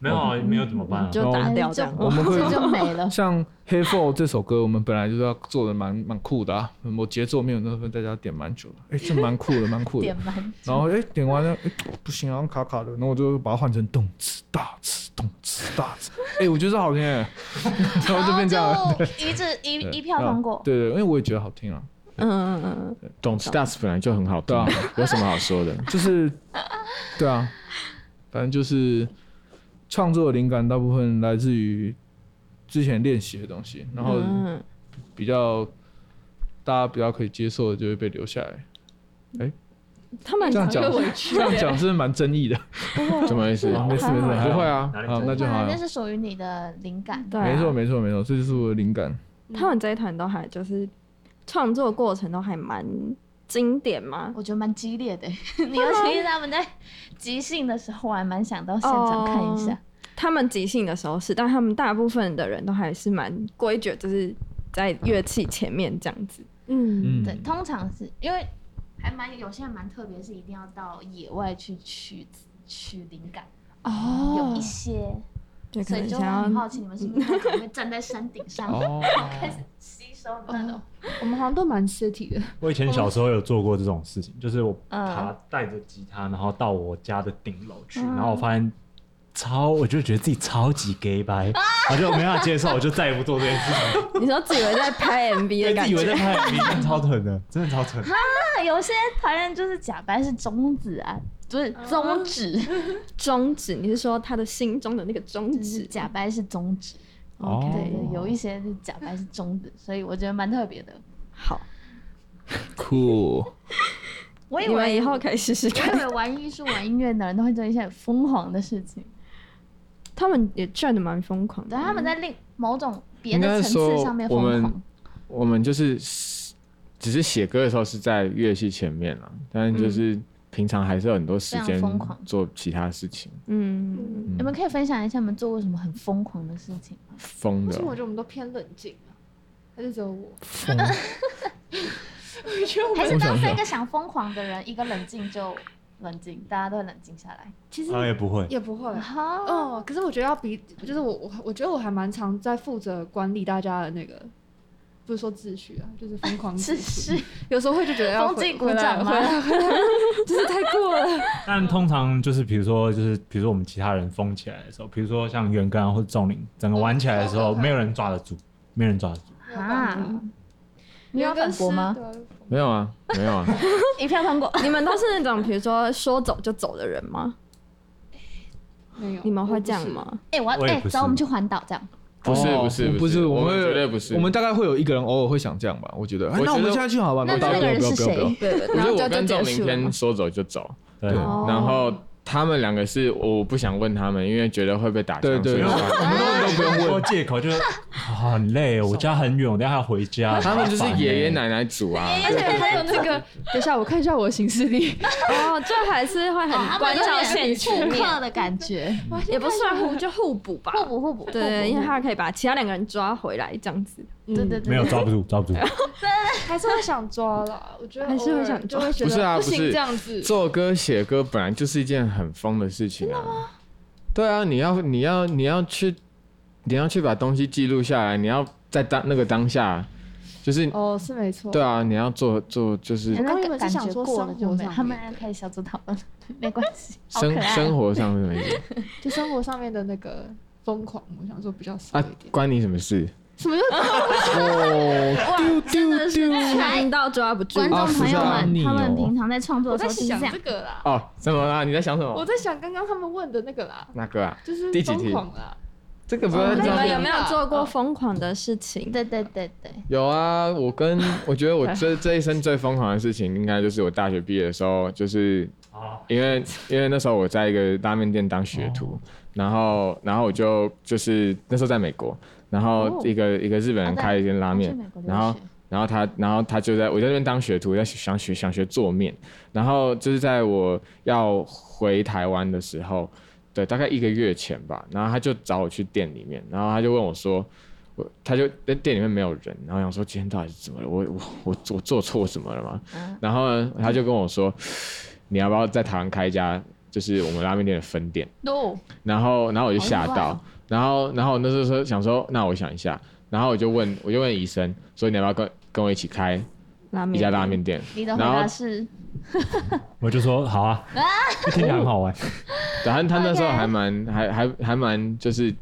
没有啊，没有怎么
嗯
办啊？
就打掉这样。
我们会
这哎
[LAUGHS]
就没了。
像《黑 fall》这首歌，我们本来就是要做的蛮蛮酷的啊，我节奏没有那份，大家点蛮久了，哎、这蛮酷的，蛮酷的
点。满
然后哎、点完了，哎、不行，好像卡卡的，然后我就把它换成动次大次动次大次，哎、我觉得这好听哎、然
然
后就
后
变这样
啊
了。
哦就一致一
对
一票通过。
对对，因为我也觉得好听啊，
嗯嗯嗯嗯，
懂吃大 s 本来就很好听
对啊，
有什么好说的？
就是，对啊，反正就是创作的灵感大部分来自于之前练习的东西，然后
嗯
比较大家比较可以接受的就会被留下来。
他们
这样讲
很委屈
这样讲是蛮争议的，
什么意思？
嗯
没事没事，
还好
不会啊，
哪里
好
争议
那就好
啊
了
那。是属于你的灵感。
对啊
没错没错没错，这就是我的灵感。
他们这一团都还就是创作过程都还蛮经典嘛。
我觉得蛮激烈
[LAUGHS]
的，你尤其是他们在即兴的时候，我还蛮想到现场看一下。
他们即兴的时候是，但他们大部分的人都还是蛮规矩，就是在乐器前面这样子。
嗯，
嗯
对，通常是因为还蛮有些人蛮特别，是一定要到野外去取取灵感，有一
哦，
些，
对，可
所以
能
就
想
会很
要
好奇你们是不是 [LAUGHS] 那种会站在山顶上
哦，
[LAUGHS] 开始吸收那
哦
种。
我们好像都蛮 city 的，
我以前小时候有做过这种事情，就是我
嗯
爬带着吉他，然后到我家的顶楼去，
嗯
然后我发现超，我就觉得自己超级 gay 白，我就没办法接受，我就再也不做这件事情，
你说自以为
[LAUGHS]
在拍 MV 的
因为
感
自以为在
觉，
拍 MV，真的超疼的，真的超疼。
那有些团员就是假白是中指啊，不
哦
是中指，
[LAUGHS] 中指，你是说他的心中的那个中
是
指？
嗯
假白是中指。
哦
对对，有一些是假白是中指，所以我觉得蛮特别的。
好，
酷。
我以
你们
为
以后可以试试
我以
啊
看。
为玩艺术、玩音乐的人都会做一些很疯狂的事情，
他们也赚的蛮疯狂的
啊
对，，他们在另某种别
应
的
该
层
说
次上面
我
疯
们
狂。
我们就是只是写歌的时候是在乐器前面了，但是就是平常还是有很多时
非
间
常疯狂
做其他事情，
嗯，
你们可以分享一下你们做过什么很疯狂的事情吗？
疯
为
的
什么我觉得我们都偏冷静啊？还是只有我？ [LAUGHS]
还是当三个想疯狂的人，一个冷静就冷静，大家都会冷静下来。
其实嗯
他也不会。
也不会。
好、
哦，可是我觉得要比，就是我我我觉得我还蛮常在负责管理大家的那个，不是说秩序啊，就是疯
[LAUGHS]
狂
是
秩序。
是，
有时候会就觉得要
风纪
回
鼓
回来
掌吗
回 [LAUGHS] 来回来，就是太过了。
但通常就是比如说就是比如说我们其他人疯起来的时候，比如说像元刚啊或者仲林，整个玩起来的时候，没有人抓得住，没有人抓得住。
啊，
你
你有反驳吗？
没有啊，没有啊，
一票通过。
[LAUGHS] 你们都是那种比如说说走就走的人吗？
没有，
你们会
我不
这样
是？
吗？
哎、我要
我也
哎、
不是
找我们去环岛这样。
不是
哦
不是
不是，
我
们
们绝对不是，
我们大概会有一个人偶尔会想这样吧，我觉得。哎
我觉
那我们
得
现在去好吧？
那
不要
那
不
个
要
人
不要
是
不要不要
谁？
对，
我觉
然
得
后
我
就
跟
就
仲
结
明
束了
天
吗。
说走就走，
对，
对
哦
然后他们两个是我不想问他们，因为觉得会被打枪，
对对
所以我
都
对
不用说借口，就是啊很累，我家很远，我等一下要回家。
他们就是
[LAUGHS] 很烦欸
爷爷奶奶组啊，
而且还有那个，等一下我看一下我的行事历。
[LAUGHS] 哦，就还是会很关照现实
[LAUGHS]
复
面，
刻的感觉，
也不算互就互补吧。
互补互补。
对，
互
因
补
为他可以把其他两个人抓回来，这样子。
对对对，
没有抓不住，抓不住。
还是会想抓啦，我觉得
还是会想
偶尔就会觉
不是
得
啊不
行
是
这样子。
做歌写歌本来就是一件很疯的事情啊。对啊，你要你要你要去，你要去把东西记录下来，你要在当那个当下，就是、
哦，是没错。
对啊，你要做做就是
哎
刚原
那
本
个
是
感
想
觉
说
过了
生
就
活
没有，
上
他
面
们可以小组讨论，没关系。好可
生
爱啊
生活上面的意思
就生活上面的那个疯狂，我想说比较少
[LAUGHS]
啊
一点。，
关你什么事？
什么叫
哦，丢丢丢！
嗯
看到抓不住
观，众朋友
啊是
们，
啊
他们平常在创作
我
的时
在
候就是
想
这样
这。个啦，
哦，怎么啦？你在想什
我
么？
在想刚刚他们问的那个啦，
那个啊，
就是
第几
疯
题啊
狂啦。
这个不
哦
要
那
这样
你们
子
有没有做过疯狂的事情？
对对对对，
有啊，我跟我觉得我
[LAUGHS]
这这一生最疯狂的事情，应该就是我大学毕业的时候，就是
啊
因为因为那时候我在一个拉面店当学徒，
哦
然后然后我就就是那时候在美国，然
哦
后一个、一个日
啊
本人开了一间拉面，然后然后他然后他就在我在那边当学徒，在想学想学做面，然后就是在我要回台湾的时候，对，大概一个月前吧，然后他就找我去店里面，然后他就问我说。我他就在店里面没有人，然后想说今天到底是怎么了？我我我我做错什么了吗？然后呢，他就跟我说，你要不要在台湾开一家就是我们拉面店的分店？
no，
然后然后我就吓
好意外
到，
哦
然后然后我那时候说想说，那我想一下，然后我就问我就问医生说你要不要跟跟我一起开
拉面
一家拉面店？
你的回
然
答
后
是
我就说好啊，听起来很好玩。
然后他那时候
OK
还蛮还还还蛮就是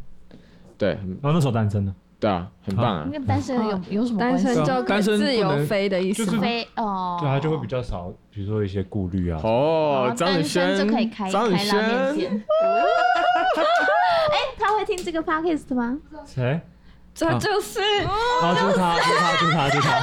对很
然后那时候单身呢，
对啊，很棒啊
那。哦个单身有有什么
单
关系
身？就可以
单身不能
自由飞的意思
就是
吗？
非哦，
对他就会比较少，比如说一些顾虑啊。
哦
哦，
张
单
宇
身
轩
就可以开
张宇
开拉面
轩，
店。 [LAUGHS] 哎，他会听这个 podcast 吗？
谁？
这就是
啊，就是他，就是他，就是他，就是他。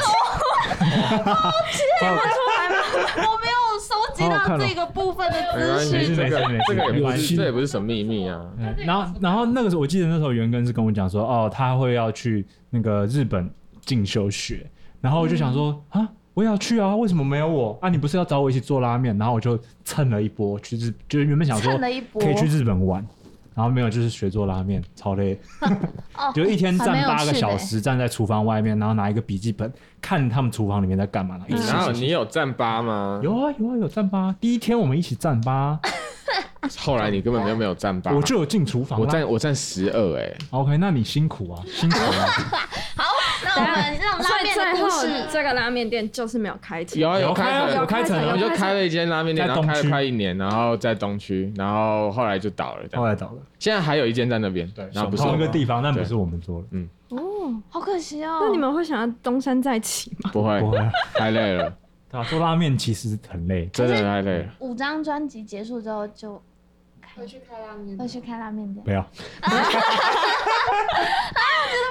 我没有收集
好好
到
看哦
这个部分的
没
资
关
讯。
系，这
没事
个
没事
这个也不
没事
是这也不是什么秘密啊。
嗯然后，然后那个时候，我记得那时候元根是跟我讲说，哦，他会要去那个日本进修学，然后我就想说，
嗯
啊，我也要去啊，为什么没有我啊？你不是要找我一起做拉面？然后我就蹭了一波去日，就是原本想说
蹭了一波
可以去日本玩，然后没有，就是学做拉面，超累，
[LAUGHS] 哦
就一天
蛮
站
有
八个
趣的
小时，站在厨房外面，然后拿一个笔记本看他们厨房里面在干嘛，然后
嗯
一起
然后你有站八吗？
有啊有啊有站吧，第一天我们一起站吧，
后来你根本就没有站八，
我就有进厨房啦。
我站我站十二哎，
OK，那你辛苦啊，辛苦啊。
那我们让
所
拉
以
面的
最
故
后
事，
这个拉面店就是没有开启。
有啊有
有
开
开
成
啊有开成
我
啊
们就开了一间拉面店，
在
然后
东
开了
区
快一年，然后在东区，然后后来就倒了。这
后
样
来倒了，
现在还有一间在那边，对然后不是
哦同一
我
个
们
地方，但
对
不是我们做的，
好可惜哦。
那你们会想要东山再起吗？
不会
不会啊。
太累了，
对啊，做拉面其实很累，
真的太累了。
五张专辑结束之后就
回去开拉面
会去开拉面店
不，要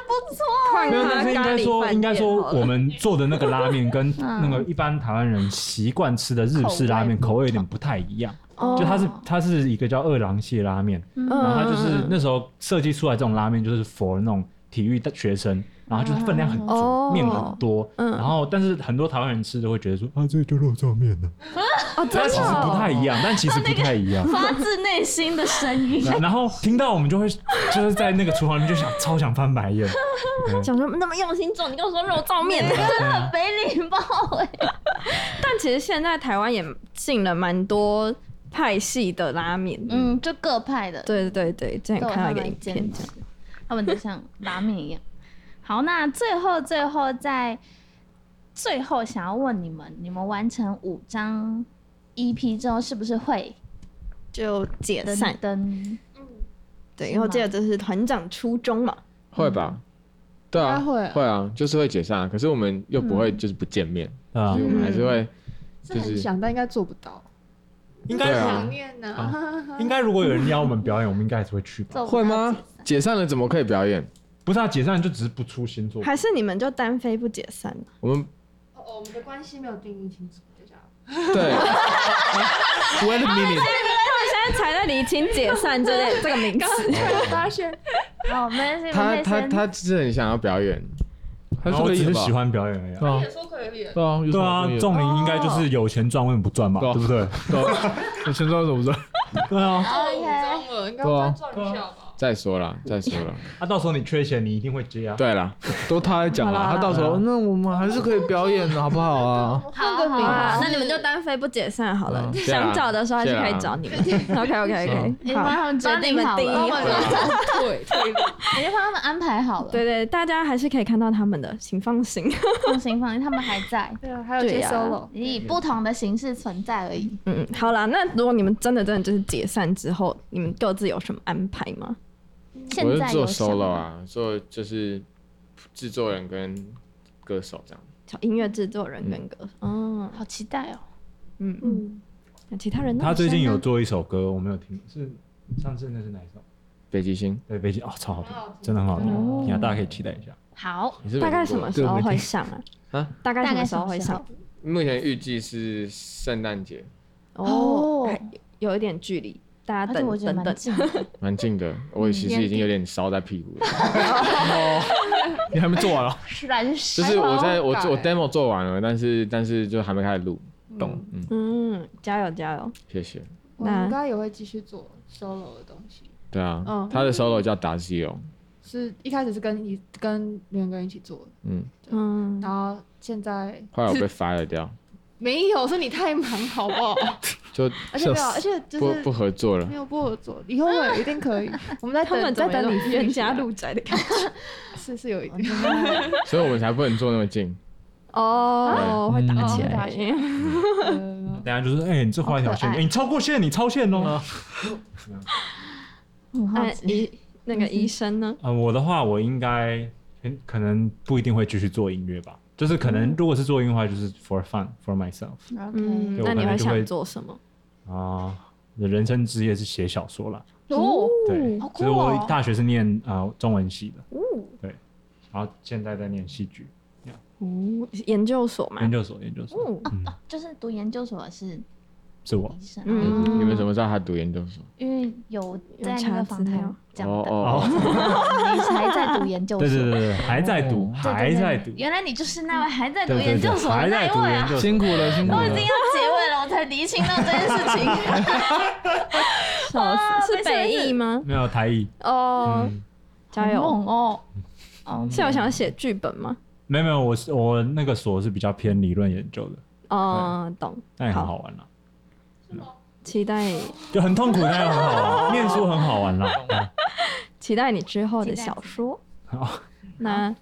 不错
快换
没有，
他
但是应
咖
该
喱饭
说，
店
应该说
好了
我们做的那个拉面跟
嗯
那个一般台湾人习惯吃的日式拉面口味有点不太一样。
哦
就它是它是一个叫二郎蟹拉面，
嗯
然后它就是那时候设计出来这种拉面就是 for 那种体育的学生，然后就是分量很
哦
足，面很多，
嗯
然后但是很多台湾人吃都会觉得说啊，这个就肉燥面呢，
哦，
[LAUGHS] 但
真
其
的
实
哦
不太一样，但其实不太一样。
发自内心的声音。
然后听到我们就会就是在那个厨房里面就想超想翻白
[LAUGHS]
眼，
想说那么用心做，你跟我说肉燥面，
嗯
没礼貌哎、
但其实现在台湾也进了蛮多派系的拉面，嗯，
嗯，就各派的，
对对对，之前
都有
看
他
到一
们
个
的
影
坚
片，
持
这样，
他们就像拉面一样。好，那最后最后在最后想要问你们，你们完成五张 EP 之后是不是会
就解
噔
散。
噔？
对，
是
然后记
吗
得这是团长初衷嘛，
会吧？对啊，
应该会啊
会啊，就是会解散啊。可是我们又不会
嗯
就是不见面，
对啊
所以，我
嗯
们还是会就
是
是
很想，但应该做不到。
应
对
该
啊
想，念呢、
应该如果有人邀我们表演，我们应该还是会去
[LAUGHS]
吧。
做不
会
到
吗
解散？
解散了怎么可以表演？
不是啊，解散就只是不出新作品，
还是你们就单飞不解散？ [LAUGHS]
我们
[LAUGHS] 哦哦，我们的关系没有定义清楚，等一下。
[LAUGHS] 对
Wait a minute，
现在才在理清解散这类这个名词，
发现
哦，没关系，我
他
们可以
他
先
他是很想要表演，
还
然后
是
我
可
哦只
以
是
吧
喜。欢表演而已啊。
对啊，
说可以，
对啊，有什
对
么
啊
不可以，
仲明应该就是有钱赚，为什么不赚嘛？
对啊
对不对？
对啊， [LAUGHS] 我现在怎么知道？
对啊，
OK，
了，应该
对啊
赚一下吧。
再说啦，再说
[LAUGHS]
啦。
啊，到时候你缺钱，你一定会接啊。
对啦，
都他来讲了，他到时候那我们还是可以表演的，好不好啊？
好
个
好
名
啊
好，
那你们就单飞不解散好了。
嗯
谢啦
想找的时候还是可以找你们。OK OK
你
OK，
帮
好，
他们
决
抓
定
定好
定义
了，
好了。
对啊对，
你就帮他们安排好了。
对对，大家还是可以看到他们的，请放心。
放心放心，他们还在，
对啊，还有
[LAUGHS]
一
对
些
呀
solo，
以不同的形式存在而已。
[LAUGHS] 嗯，好啦，那如果你们真的真的就是解散之后，你们各自有什么安排吗？
现
我是
在有
做
什么
solo，啊，做就是制作人跟歌手这样。
找音乐制作人跟歌手，嗯
好期待哦。
嗯嗯，
嗯，
那其他人呢？
他最
嗯
近有做一首歌，我没有听，是上次那是哪一首？
[LAUGHS] 北极星，
对，北京哦，超好听
很好听，
真的很好
哦
听，你看大家可以期待一下。
好，
你是没
大概
听
什
过
么时候会上啊？
啊
大概
大
什么
概
时候会上？？
目前预计是圣诞节，
哦，还有一点距离，大家
而且我
等
觉得
等
蛮
等。
近的，
蛮近的。我其实已经有点烧在屁股了。
[LAUGHS] 你还没做
[LAUGHS]
完啊？
是来就是
就是我在我
还好
我 demo 做完了，但是但是就还没开始录，
懂
嗯，加油加油！
谢谢。
我们
那
应该也会继续做 solo 的东西。
对啊，
嗯
他的 solo 叫达西哦，
是一开始是跟一跟两个人一起做的，
嗯，
嗯，
然后现在
后来我被 fire 掉，
没有，是你太忙好不好？
就
[LAUGHS] 而且没有，而且
不
就
不
是
合作了
没。有不合作，以后我一定可以。
[LAUGHS]
我们在
他们
等，
在
在
等
等
你
你
冤家
录，
路窄的感觉。
是是有一点。
所以我们才不能坐那么近。
哦，会打起
嗯
来
会打。呃
等一下就是，哎，你这画一条线，
好可爱
哎，你超过线，你超线哦。
很好
那 [LAUGHS]
奇。
医哎那个医生呢？
呃，我的话，我应该嗯可能不一定会继续做音乐吧，就是
嗯
可能如果是做音乐的话，就是 for fun for myself
OK，
嗯，
对我
那你
可能
会
就会
想做什么？
啊。我的人生职业是写小说啦，
哦，
对
好，酷
就是我
哦。
大学是念啊中文系的，对，然后现在在念戏剧，
哦，研究所嘛
研。究所，研究所，
哦，
嗯，
就是读研究所的是
是我
医。生，啊
嗯
嗯你们怎么知道他读研究所？
因为有在那个访谈讲
哦
的，
哦，哦
[LAUGHS] 你还在读研究所，
对对对对对，还在读，
对对
还在读，
原来你就是那位还在读
对对对
研究所的
还
那
在
一
读
位
研
啊！
究所。
辛苦了，辛苦
我已
了
经。要结尾了，我才厘清到这件事情。
笑死，是
啊没事
北艺吗？
没有台艺，
哦，
嗯，
[LAUGHS] 加油！
猛哦！哦，
是有想写剧本吗？
没有没有，我是我那个所是比较偏理论研究的，
哦，懂，
但也很好玩啦，
期待
就很痛苦，但也很好玩，念书很好玩啦。
期待你之后的
期待
小说。
好，
那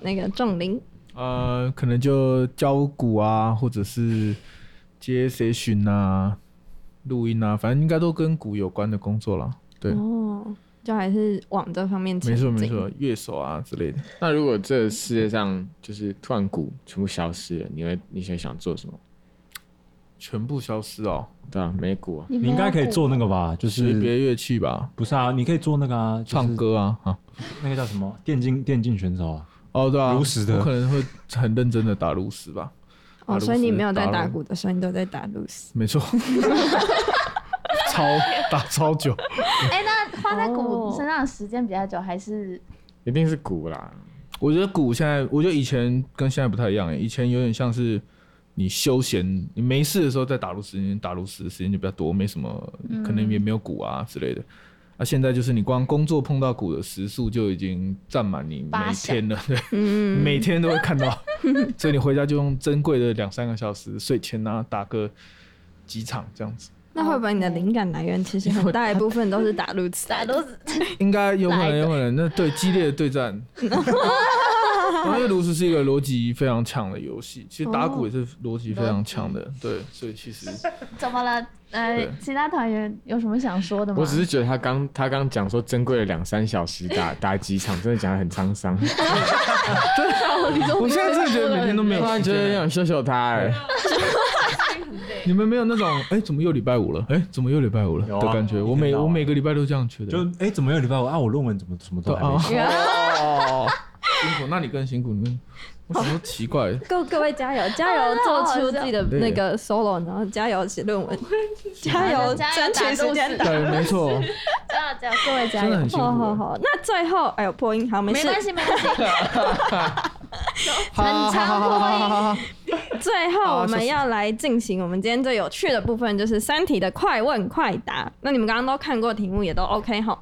那个仲林，
呃，可能就教鼓啊，或者是接谁巡啊、录音啊，反正应该都跟鼓有关的工作啦。对，
哦，就还是往这方面前
没错
进。
没错，乐手啊之类的。
那如果这世界上就是突然鼓全部消失了，你会你会想做什么？
全部消失哦，
对啊，美股啊，
你应该可以做那个吧？就
级别
是
乐器吧，
不是啊？你可以做那个啊，就是
唱歌啊啊，
那个叫什么电竞电竞选手啊？
哦对啊，
如实的
我可能会很认真的打炉石吧，
哦，
打炉石
所以你没有在
打
打
炉
鼓的时候，你都在打露丝。
没错，超打超久，
哎，那花在鼓
哦
身上的时间比较久，还是
一定是股啦，
我觉得鼓现在，我觉得以前跟现在不太一样欸，以前有点像是你休闲，你没事的时候在打炉石，你打炉石的时间就比较多，没什么，
嗯
可能也没有鼓啊之类的。啊，现在就是你光工作碰到鼓的时速就已经占满你每
八小
天了，对，
嗯，
每天都会看到，所以你回家就用珍贵的两三个小时睡前啊打个几场这样子，
那会不会你的灵感来源其实很大一部分都哎是打露
[LAUGHS]
丝？
打都是
应该有可
来
能，
的
有可能。那对激烈的
[LAUGHS]
对战，因为炉石是一个逻辑非常强的游戏，其实
哦
打鼓也是逻辑非常强的，对，所以其实
怎么了？呃
对，
其他团员有什么想说的吗？
我只是觉得他刚他刚讲说珍贵的两三小时打打几场，真的讲的很沧
[LAUGHS]
桑，
我现在真的觉得每天都没
突
哎
有
然
时
觉得
间了。
想秀秀他哎，
你们没有那种哎，怎么又礼拜五了？哎，怎么又礼拜五了
有啊
的感觉？我
一天
每
到晚
我每个礼拜都这样觉得，
就哎、怎么有礼拜五啊？我论文怎么什么
对
都还没
啊，
写？
哦辛苦，那你更辛苦，你更，我想说奇怪，
各各位
[LAUGHS]
加油，加油，做出自己的
对
那个 solo，然后加油写论
[LAUGHS]
文，加
加油
油，
加油
争取时间打。
对，没错，
加油加油，各位加
真的
油！
很辛
好好
苦。
好，那最后，哎呦破音，好没
没
事。
关系，没关系。
好
[LAUGHS] 很长
好
最后我们要来进行我们今天最有趣的部分，就是《三体》的快问快答。那你们刚刚都看过题目，也都 OK 哈。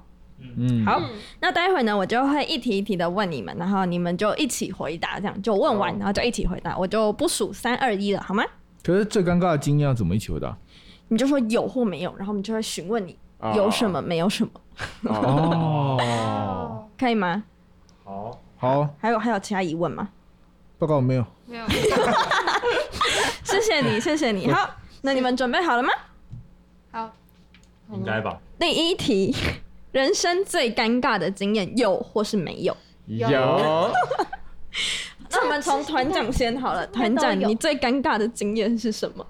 嗯，
好，那待会呢，我就会一题一题的问你们，然后你们就一起回答，这样就问完，然后就一起回答，我就不数三二一了，好吗？
可是最尴尬的经验要怎么一起回答？
你就说有或没有，然后我们就会询问你
哦
有什么，没有什么，
哦，
哦，
可以吗？
好，
好，
还有还有其他疑问吗？
报告我没有。
没有，
谢谢你，谢
[LAUGHS]
谢你。好，那你们准备好了吗？
好，好
应该吧？
第一题，人生最尴尬的经验有或是没有？
有
那我们从团长先好了，团长，
有
你最尴尬的经验是什么？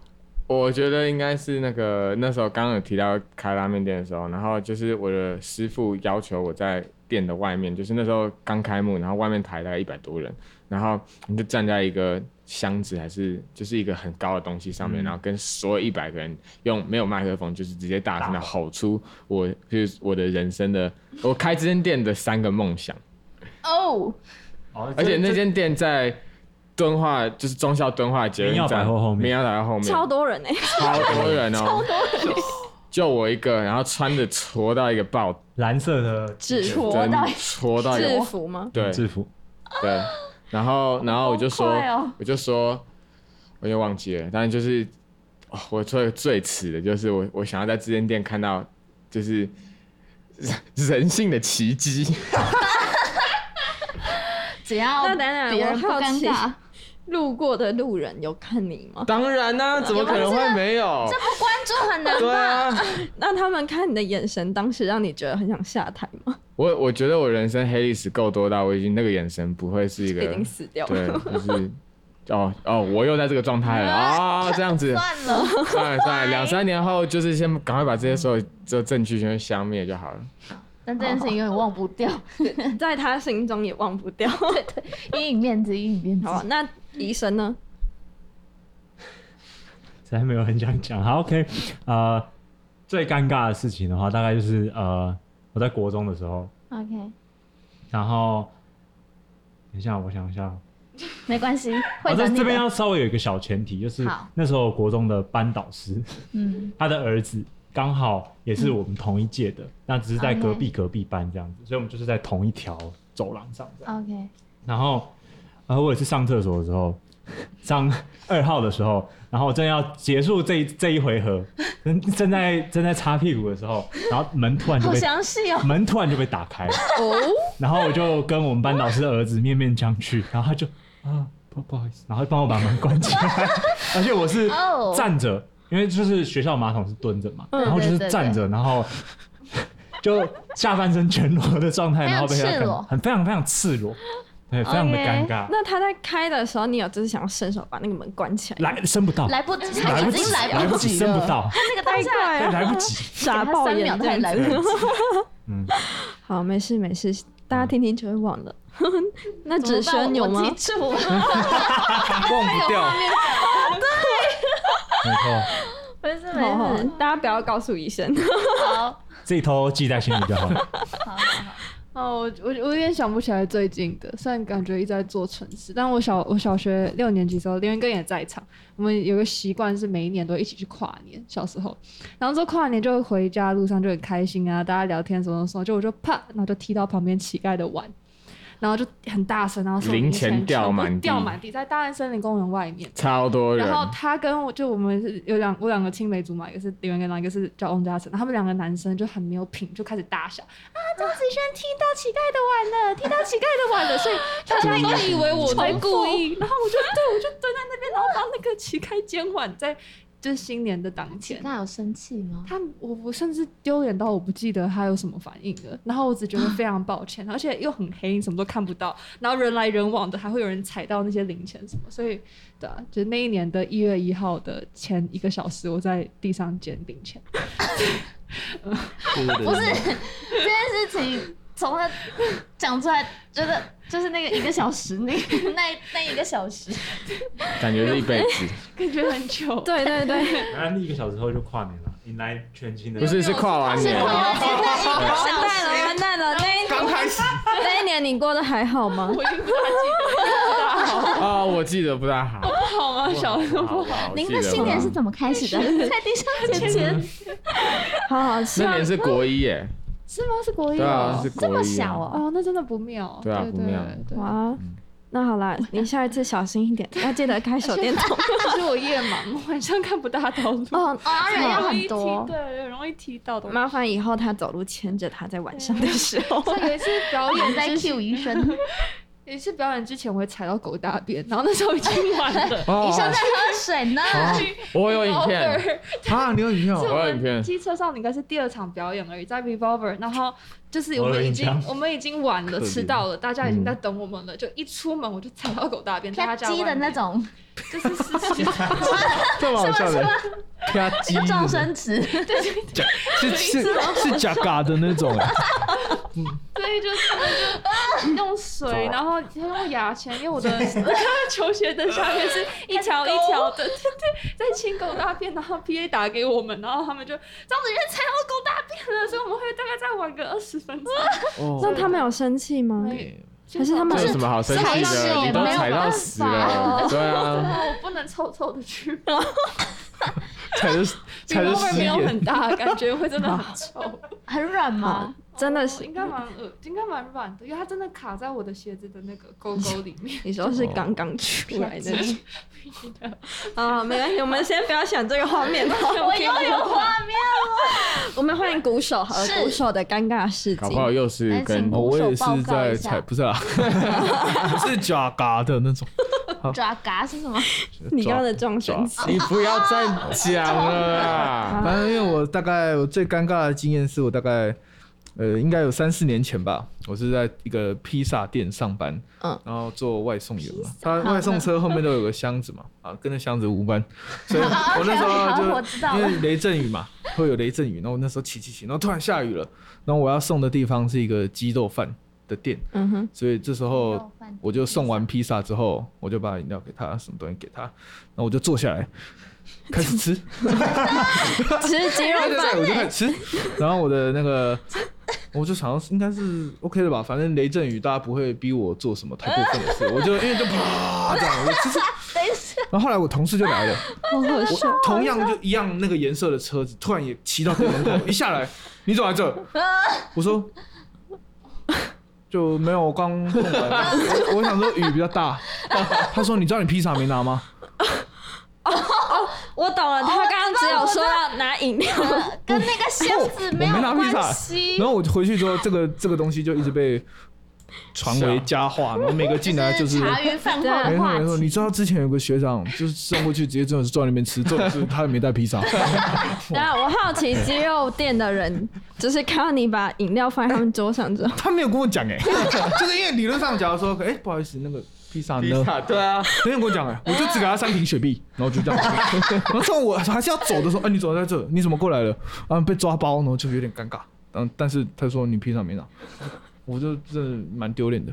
我觉得应该是那个那时候刚刚有提到开拉面店的时候，然后就是我的师傅要求我在店的外面，就是那时候刚开幕，然后外面排大概一百多人，然后你就站在一个箱子还是就是一个很高的东西上面，然后跟所有一百个人用没有麦克风，就是直接大声的
大
吼出我就是我的人生的我开这间店的三个梦想，
哦，
哦
而且那
这
间店在。敦化就是中校敦化捷运
民耀百
站
货后面
民耀百货后面，
超多人哎、
超多人哦，超多人，就我一个，然后穿着挫到一个爆，
蓝色的
制服
真挫到一
制
个，
服吗？
对
制服，
对，然后然后我就说
好快哦，
我就说，我也忘记了，但是就是，哦我做的最耻的就是我我想要在这间店看到就是人性的奇迹，
只要
那等等
哦别人
我
不
好
尴
奇
尬，
[LAUGHS] 路过的路人有看你吗？
当然啦、怎么可能会没有？
这不关注很难
对
吧？
啊，
那他们看你的眼神，当时让你觉得很想下台吗？
我我觉得我人生黑历史够多到我已经那个眼神不会是一个
[LAUGHS] 已经死掉
对
了。，
就是哦哦，我又在这个状态了啊、哦，这样子，
[LAUGHS] 算了，
算了算了，两三年后就是先赶快把这些所有这证据全消灭就好了。
但这件事情永远忘不掉，
[LAUGHS] 在他心中也忘不掉。
[LAUGHS] 阴影面子，阴影面子
[LAUGHS] 好。啊，那医生呢？
实在没有很想讲。好，OK，呃，最尴尬的事情的话，大概就是呃，我在国中的时候，
OK，
然后等一下，我想一下，
没关系，
我
会
在
等你
这边
的。
啊要稍微有一个小前提，就是
好
那时候国中的班导师， [LAUGHS]
嗯，
他的儿子刚好也是我们同一届的，那只是在
OK
隔壁隔壁班这样子，所以我们就是在同一条走廊上这样。
OK，
然后，然后我也是上厕所的时候， [LAUGHS] 上二号的时候，然后正要结束这一这一回合，正正在正在擦屁股的时候，然后门突然就
好
被
详细哦。
门突然就被打开，
哦，
然后我就跟我们班老师的儿子面面相觑，然后他就啊不不好意思，然后帮我把门关起来，而且我是
哦
站着，因为就是学校马桶是蹲着嘛，
嗯
然后就是
对对对
站着，然后就下半身全裸的状态，
非常
然后被他
赤裸
看很非常非常赤裸。对，非常的尴尬，
[LAUGHS] 那他在开的时候，你有就是想要伸手把那个门关起来？
来伸不到，
来不及，
来
他已
及
经，
来
不
及，
及
伸
了，
不到，
那个当下
对，来不及，
给
傻
他
爆
三
眼
秒
这
他也
样
来不及。
[LAUGHS]
嗯，
好，没事没事，大家听听就会忘了。 [LAUGHS] 那只轩有吗
我记？住，
忘不掉。
没错，
不是
[LAUGHS] 好
没
好
事，，
大家不要告诉医生。 [LAUGHS]
哦好，
这一头记在心里就好 [LAUGHS] 了。
[LAUGHS] 哦，我我我有点想不起来最近的，虽然感觉一直在做蠢事，但我小我小学六年级的时候，连云哥也在场。我们有个习惯是每一年都一起去跨年，小时候，然后这跨年就回家路上就很开心啊，大家聊天什么什么，就我就啪，然后就踢到旁边乞丐的碗，然后就很大声，然后手
零钱
全部
掉满地
掉满地，在大安森林公园外面。
超多人
然，后他跟我就我们是有两我两个青梅竹马，一个是刘元根，然后一个是叫翁嘉诚，然后他们两个男生就很没有品，就开始大笑啊，张子轩踢到乞丐的碗了，踢到乞丐的碗了，所以大家都以为我在故意，然后我就对我就蹲在那边，然后帮那个乞丐监碗，在就是新年的当前。
那有生气吗？
他我我甚至丢脸到我不记得他有什么反应了，然后我只觉得非常抱歉，而且又很黑，什么都看不到，然后人来人往的，还会有人踩到那些零钱什么，所以对啊，就是那一年的一月一号的前一个小时，我在地上捡零钱，
对对对
不是这件事情，从他讲出来，觉得就是那个一个小时，那个那那一个小时，
感觉是一辈子，
感觉很久。
对对对，
然后一个小时后就跨年了，迎来全新的
不 [LAUGHS] 是是跨完年，
完蛋了完蛋了，那一
刚开始
[LAUGHS] 那一年你过得还好吗？
我已经不大记
[LAUGHS]
得，不大好，
啊，我记得不大好，
不好吗？小时候不好。
好
您的新年是怎么开始的？在地上捡钱，
好好，希
那
望
年是国一耶，
是吗？是国一
对啊，是
这么
国一耶，
小哦，
哦，那真的不妙。
对啊
对
不妙
对
哇。那好啦，你下一次小心一点，
嗯
要记得开手电
[LAUGHS]
筒。
其实我夜盲，晚上看不大到
[LAUGHS]
路。
哦，
当
哎
然要
容易
很
踢
多。
对，容易踢到的。
麻烦以后他走路牵着他在晚上的时
[LAUGHS]
候。
我有一次表
我们
演
在
之
[LAUGHS]
前，
Q 医
哦
生，
有一次表演之前，我会踩到狗大便，然后那时候已经晚了。
哦
医生在喝水
[LAUGHS]
呢。
我有影片， [LAUGHS]
Revolver，
啊，你有影片
是
哦
我
我
有影片
们机车少女应该是第二场表演而已，在 Revolver，然后就是
我
我
有
们已
印
经
象
我们已经晚了，
怜
迟到了，大家已经在等我们了，就一出门我就踩到狗大便，大
啪
家家
叽的那， [LAUGHS] 种，
就是是是
这么好笑的，啪
嗯
叽，
撞生词，
假是是是假嘎的那种，
对，就是就用水，然后用牙签，因为
[LAUGHS]
我的球鞋的下面是一条一条的，对对，在清狗大便，然后 PA 打给我们，然后他们就张子轩踩到狗大便了，所以我们会大概再晚个二十分钟。
那
哦，
他们有生气吗？还是他们
这有
是
什么好生气的？你都踩到死了，对啊，
我不能臭臭的去， [LAUGHS]
踩着踩着
味
屎
没有
眼，
很大，感觉会真的很臭，
很软吗？
真的
哦
是。
应？该蛮恶，应该蛮软的，因为它真的卡在我的鞋子的那个勾勾里面
你说是刚刚出来
[LAUGHS]
的那种？啊，没关系，我们先不要想这个画
[LAUGHS]
面。我又有画面了。 [LAUGHS] 我们欢迎鼓手和鼓手的尴尬事
搞不好
情。
又是跟
哦，我也是在踩，不是
[LAUGHS]
啊， [LAUGHS] 是假嘎的 [LAUGHS] 那种。
抓嘎是什么？
你刚刚的撞声词，
你不要再讲了啦，
反正因为我大概我最尴尬的经验是我大概呃应该有三四年前吧，我是在一个披萨店上班，
嗯
然后做外送员嘛，他外送车后面都有个箱子嘛，啊，跟那箱子无关，所以我那时候
我知道
就因为雷阵雨嘛，会有雷阵雨，然后我那时候骑骑骑，然后突然下雨了，然后我要送的地方是一个鸡肉饭的店，
嗯哼，
所以这时
鸡
候
肉饭
我就送完披萨之后，我就把饮料给他，什么东西给他，然后我就坐下来开始吃。
吃
[LAUGHS]
鸡肉
对对
饭
对，我就开始吃。然后我的那个， [LAUGHS] 我就想要应该是 OK 的吧，反正雷阵雨大家不会逼我做什么太过分的事，我就因为就啪这样，我就吃吃。然后后来我同事就来了，
好好
我
笑。
同样就一样那个颜色的车子，突然也骑到店门口，一下来，你怎么来这？我说。就没有，我刚弄完，我我想说雨比较大。他说：“你知道你披萨没拿吗
我懂了，他刚刚只有说要拿饮料。
跟那个箱子没有
我没拿披萨
关系
然。后我回去之后，这个这个东西就一直被传为
[LAUGHS]
佳话，然后每个进来就是 [LAUGHS]
茶余饭后
没
的
错
话
没错，你
题。
知道之前有个学长就是送过去，直接真的是坐在那边吃，重点是他也没带披
[LAUGHS]
萨，
[LAUGHS] 然后我好奇鸡肉店的人，就是看到你把饮料放在他们桌上之后， [LAUGHS]
他没有跟我
[LAUGHS]
讲哎、就是因为理论上假如说，哎、不好意思，那个披萨呢？
对啊，
没有跟我讲哎、我就只给他三瓶雪碧，然后就这样。
[LAUGHS]
然后趁我还是要走的时候，哎、你怎么在这？你怎么过来了？啊，被抓包，然后就有点尴尬。嗯，但是他说你披萨没拿，我就真的蛮丢脸的。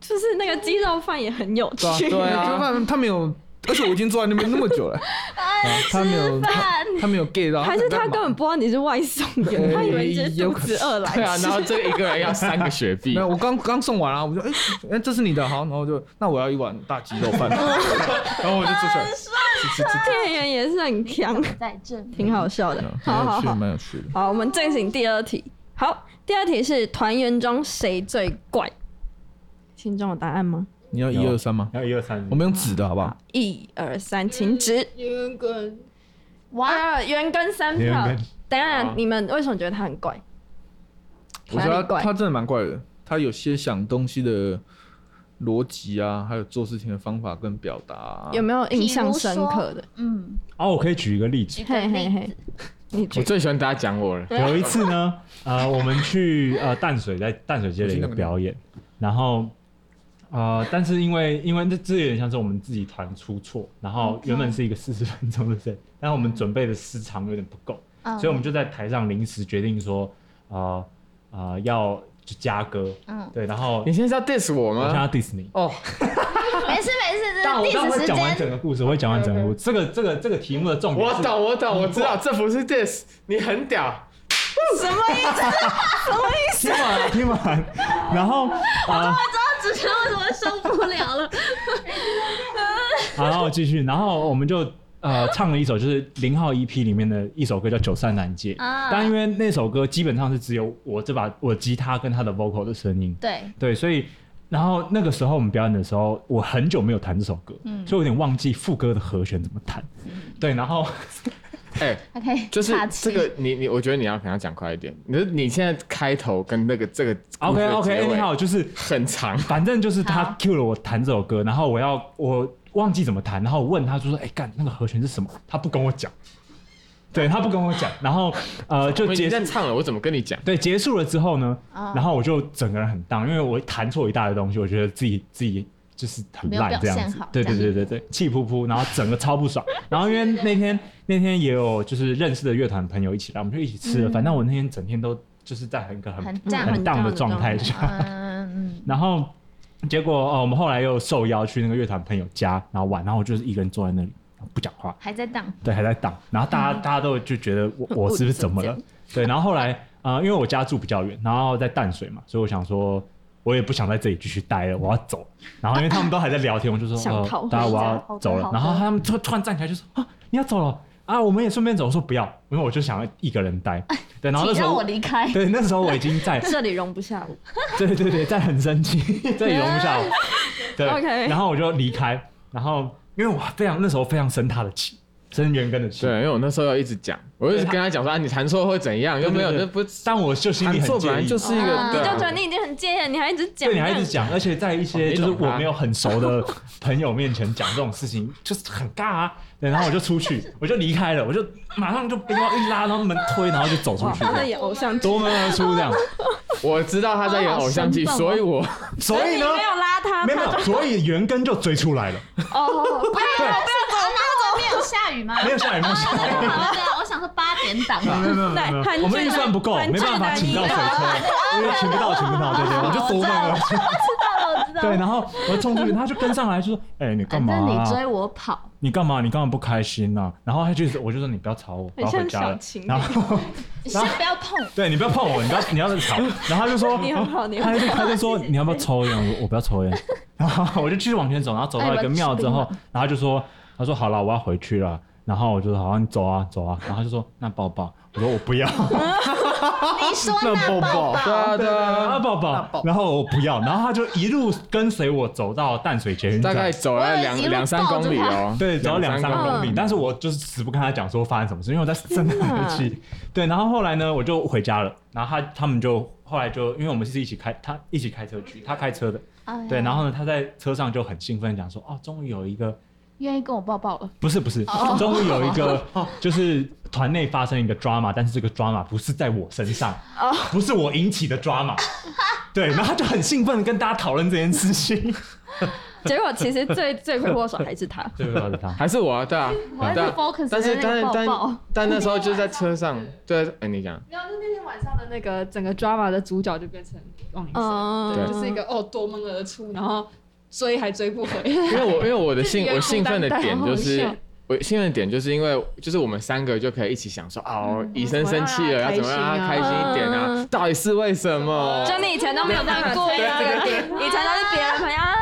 就是那个鸡肉饭也很有趣。
对
就
啊，
他他没有，而且我已经坐在那边那么
[LAUGHS]
久了，啊他没有他他没有 get 到，
哎还是他根本不知道你是外送的，
嗯
他以为你只是肚子饿来
对啊，然后这个一个人要三个雪碧
没，有，我刚刚送完啊，我就哎、哎这是你的，好，然后就那我要一碗大鸡肉
[LAUGHS]
饭，然后我就吃起来，吃吃吃，
店员也是很强，
在这里，
挺好 [LAUGHS] 笑的。好
嗯蛮有
好
趣，
好，
蛮有趣的。
好，我们进行第二题。好，第二题是团员中谁最怪？心中有答案吗？
你要一
有
二三吗？
然后一二三，
我们用纸的好不好？
一二三，请指。
圆滚，
哇，
二元跟三
圆
票
跟。
等一下，你们为什么觉得他很怪？
我觉
哪里
得他
怪
他真的蛮怪的，他有些想东西的逻辑啊，还有做事情的方法跟表达、啊，
有没有印象
比如说
深刻的？
嗯，
哦，我可以举一个例子。
举个例子，，
你
我
举
最喜欢大家讲我了，
有一次呢， [LAUGHS] 呃，我们去呃淡水，在淡水街的一个表演，然后呃，但是因为因为这这有点像是我们自己团出错，然后原本是一个四十分钟的set，但是我们准备的时长有点不够，
嗯
所以我们就在台上临时决定说，呃呃要就加歌，
嗯
对，然后
你现在是要 diss 我
我像
吗？
要 diss 你。
哦，
没事没事， [LAUGHS]
但
这
我
是
但
历
我
史
会
时
讲完
间，
整个故事，我会讲完整个故事。这个这个这个题目的重点
我
是，
懂，我懂，我知道，这不是 diss，你很屌，
听完听完，然后啊。
只是为什么受不了了？
然后继续，然后我们就呃唱了一首就是零号 EP 里面的一首歌叫《九扇南街》，
啊
但因为那首歌基本上是只有我这把我吉他跟他的 vocal 的声音，
对，
对，所以然后那个时候我们表演的时候，我很久没有弹这首歌，
嗯
所以我有点忘记副歌的和弦怎么弹，对，然后
哎。
他可以
就是
岔气
这个，你你，我觉得你要可能要讲快一点。你你现在开头跟那个这个
OK OK，
你
你好，
好，
就是
很长，
反正就是他
好
cue 了我弹这首歌，然后我要我忘记怎么弹，然后我问他就说：“哎、干那个和弦是什么？”他不跟我讲，对他不跟我讲，然后呃就
我已
结
经
束
在唱了，我怎么跟你讲？
对结束了之后呢，然后我就整个人很荡，因为我弹错一大堆东西，我觉得自己自己就是很烂
没有
这
表
样
现
子
好，
对对
这
对对对，气噗噗，然后整个超不爽。然后因为那天那天也有就是认识的乐团朋友一起来，我们就一起吃了，反正我那天整天都就是在很一个很
很
荡
很荡
很荡
的
的
状
状
态
态
下，
啊
嗯，
[LAUGHS] 然后结果哦，呃我们后来又受邀去那个乐团朋友家，然后玩，然后我就是一个人坐在那里不讲话，
还在荡，
对，还在挡，然后大家、大家都就觉得我
很
我是不是怎么
这
了
样？
对，然后后来呃，因为我家住比较远，然后在淡水嘛，所以我想说。我也不想在这里继续待了，我要走。然后因为他们都还在聊天，我就说：“
想
呃
逃回、
大家我
家
要
好
走了
好。”
然后他们突突然站起来就说：“啊，你要走了啊？我们也顺便走。”我说：“不要，因为我就想要一个人待。”对，然后那
请
时
让
候
我离开。
对那时候我已经
[LAUGHS]
在
这里容不下我。
对对对，但很生气，这里容不下我。对
OK
然后我就离开，然后因为我非常那时候非常生他的气，生元根的气。
对，，因为我那时候要一直讲，我一直跟他讲说啊，你弹错会怎样？又没有，
对对
那不
但我就心里
弹
很
错本
介
来
意，
就是一个
啊，
对
你就
啊
觉得你已经很介意了，你还一直讲，
对，你还一直讲，而且在一些就是
懂他
我没有啊很熟的朋友面前讲这种事情， [LAUGHS] 就是很尬啊。对，然后我就出去，我就离开了，我就马上就被要一拉，然后门推，然后就走出
哇，
去
他在
这样，
演偶像剧，
夺门而出这样。
我知道他在演偶像剧，
好生动哦
所以我
所以
你
呢，
没有拉他，
没有没有，所以元根就追出来了。
哦，不要
对，
后面有下雨吗？ [LAUGHS]
没有下雨，没有下雨。
好对啊，我想说八点档吧。 [LAUGHS]
没有没有没有没有，我们预算不够，没办法请到水车，因为请不到，请不到，对对，我就夺门而出。对，然后我冲出去，他就跟上来就说：“哎，你干
反
嘛
正你
啊？
追我跑，
你干嘛？你干嘛不开心呢？”然后他就是，我就说：“你不要吵我，我要回家了。”然后，
你先不要碰，
对你不要碰我，你不要你要吵。然后他就说：“他就他就说你要不要抽烟？”我说：“我不要抽烟。”然后我就继续往前走，然后走到一个庙之后，然后他就说：“他说好了，我要回去了。”然后我就说：“好，你走啊，走啊。”然后他就说：“那抱抱。”我说：“我不要。”
你说那宝
那抱
宝
抱
对啊对
[LAUGHS] 啊
啊，
宝宝，然后我不要，然后他就一路跟随我走到淡水捷运
大
站，
概走了两
我以为一路
两三公里哦，
对，走到两三公里，但是我就是死不跟他讲说发生什么事，因为我在真的啊很生气。对，然后后来呢，我就回家了，然后他他们就后来就因为我们是一起开，他一起开车去，他开车的，
哎
对，然后呢，他在车上就很兴奋讲说，哦，终于有一个。
愿意跟我抱抱了。
不是不是，终于有一个 [LAUGHS] 就是团内发生一个 drama，但是这个 drama 不是在我身上，不是我引起的 drama。对， [LAUGHS] 然后他就很兴奋的跟大家讨论这件事情。
结果其实最罪魁祸首还是他。
对，他
还是我啊，对啊，
我
对
在
啊
focus
但是
在
但
那
是
个
但
抱抱，
但那时候就是在车上，对，哎，你讲，
然后那天晚上的那个整个 drama 的主角就变成王医生，
嗯
对，
就是一个哦夺门而出，然后追还追不回。 [LAUGHS]
因为我因为我的
自己
兴
也
我
孤
兴奋的
单单
点
好
就是
笑。
我兴奋的点就是因为就是我们三个就可以一起想说，哦，医生生气了，要怎么让他开心一点啊
嗯？
到底是为什么？
就你以前都没有这样过这个点，以前都是别人朋友啊，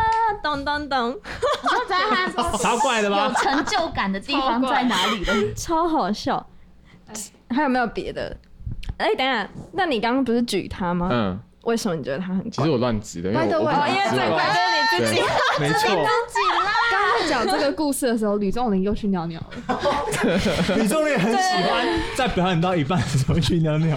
懂懂懂，
就在他
[LAUGHS] 超怪的吧
有？成就感的地方在哪里了？
超好笑。还有没有别的？哎、等一下，那你刚刚不是举他吗？
嗯，
为什么你觉得他很
其
怪？
实我乱指的，因为
By the
我我
way，
不
哦，因为
知
最
道
怪就是你自己。
没错，
刚刚在讲这个故事的时候，吕仲林又去尿尿了。
[LAUGHS] 李宗瑞很喜欢在表演到一半的时候去尿尿。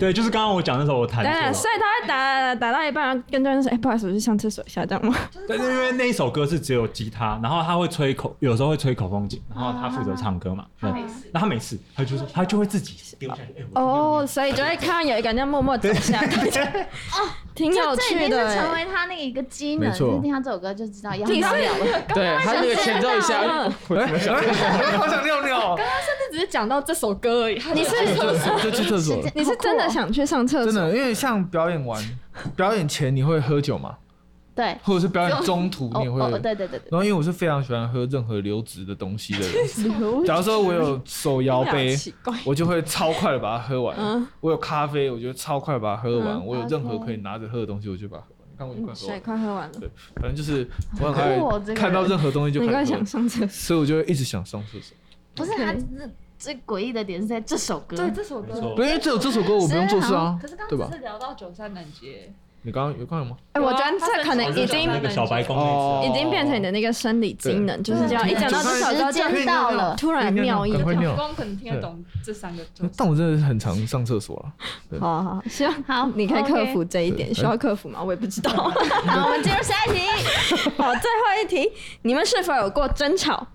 对，就是刚刚我讲的时候，我弹
等等，
错
所以他会打打到一半，然后跟对方说：“哎、不好意思，我去上厕所一下，这样吗
了，但是因为那一首歌是只有吉他，然后他会吹口，有时候会吹口风琴，然后他负责唱歌嘛。对，那他每次他就说他就会自己丢下去。哎？”哎
哦，所以就会看到有一个人在默默走 [LAUGHS] 下来，挺有
这已
趣
经
的、
是成
欸。
为他那个一个机能，
没错
就是听他这首歌就知道要
你
尿
是
尿了。
对他那个前奏一下，
好想尿尿哦，
他只是讲到这首歌而已，他
你是
就去厕所了。
你是
哦
真的想去上厕所？
真的，因为像表演完， [LAUGHS] 表演前你会喝酒嘛？
对，
或者是表演中途
哦
你也会。
哦，对对对对，
然后因为我是非常喜欢喝任何流质的东西的人，假如说我有手摇杯
好，奇怪，
我就会超快的把它喝完；
嗯，
我有咖啡，我就超快地把它喝完；
嗯
我有任何可以拿着喝的东西，我就把它喝完。你看我已经快喝完
水
了，
快喝完了，
对，反正就是我
酷哦
很
这个人
爱看到任何东西就
你
开
快
始喝
想，上厕所。
所以我就会一直想上厕所。
不是他这最诡异的点是在这首歌，
对这首
没错
歌。
不，因为只有这首歌我不用做事啊
可是，刚
对
刚
吧
只？是聊到九三南街，
你刚刚有看到吗？
哎、我觉得这可能已经
那个小白公那一次
哦
已经变成你的那个生理机能，就是这样。一讲到这首歌
时间
啊就
到了，
突然妙意
赶。快
老
尿。
公可能听得懂这三个字。
但我真的是很常上厕所了。啊
好好，好希望
好
你可以克服这一点，需要克服吗？我也不知道。好，我们进入下一题。好，最后一题，你们是否有过争吵？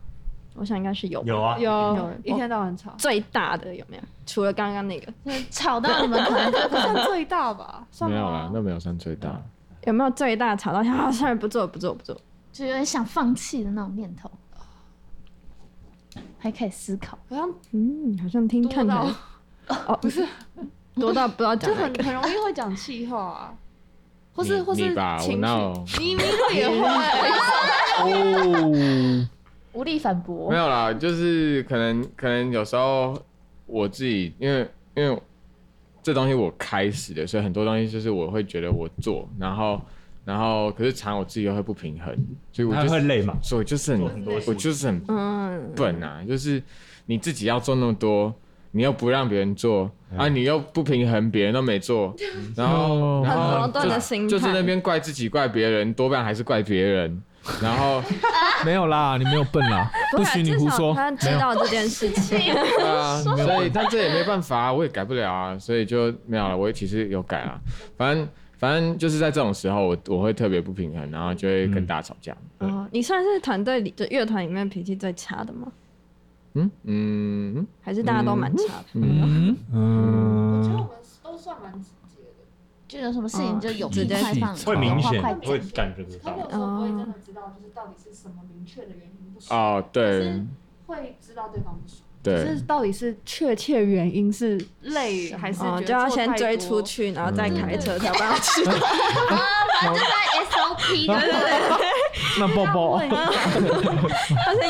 我想应该是有。
有啊，
有一天到晚吵，
最大的有没有？除了刚刚那个，
就是吵到你们可能就
不算最大吧？算
没有
吗
啦，那没有算最大。
有没有最大吵到啊？算了，不做，不做，不做。
就有点想放弃的那种念头，还可以思考。
好像
嗯，好像听看起来
多
哦，不是多到不知道讲
就
哪
很
个。
很容易会讲气话啊，或
你
是或
你
是
吧，我
情
那
绪，你你怎么也会，啊
哦，
无力反驳
没，有啦，就是可能可能有时候我自己，因为因为这东西我开始的，所以很多东西就是我会觉得我做，然后然后可是常我自己又会不平衡，所以我
他
就
会
是
累嘛？
所以我就是很
做很多事
我就是很
嗯，
笨啊，就是你自己要做那么多，你又不让别人做。
哎
啊！你又不平衡，别人都没做，然后
哦
然
嗯很
后
矛盾的
就
心态
就是那边怪自己怪别人，多半还是怪别人。然后
没有啦，你没有笨啦，不
对
许你胡说
啊至少。他知道这件事情。
[LAUGHS] 对啊，所以但这也没办法、啊，我也改不了啊，所以就没有了。我也其实有改啊，反正反正就是在这种时候我，我会特别不平衡，然后就会跟大家吵架。
哦，你算是团队里就乐团里面脾气最差的吗？
嗯嗯
还是大家都蛮差的？
嗯，
[LAUGHS]
嗯，
都算蛮。
就有什么事
哦
情就有
直
意
接
快放，
会明显
快，
会
讲。
感觉得
他
到
们。有时候不会真的知道，就是到底是什么明确的原因不爽，
哦，对
会知道对方不爽，
对
是，到底是确切原因是累还是觉
哦，
得
就要
做
先
太
追
多
出，去，然后再开车，才把去。
反正就是在 SOP 的，
[LAUGHS]
那抱抱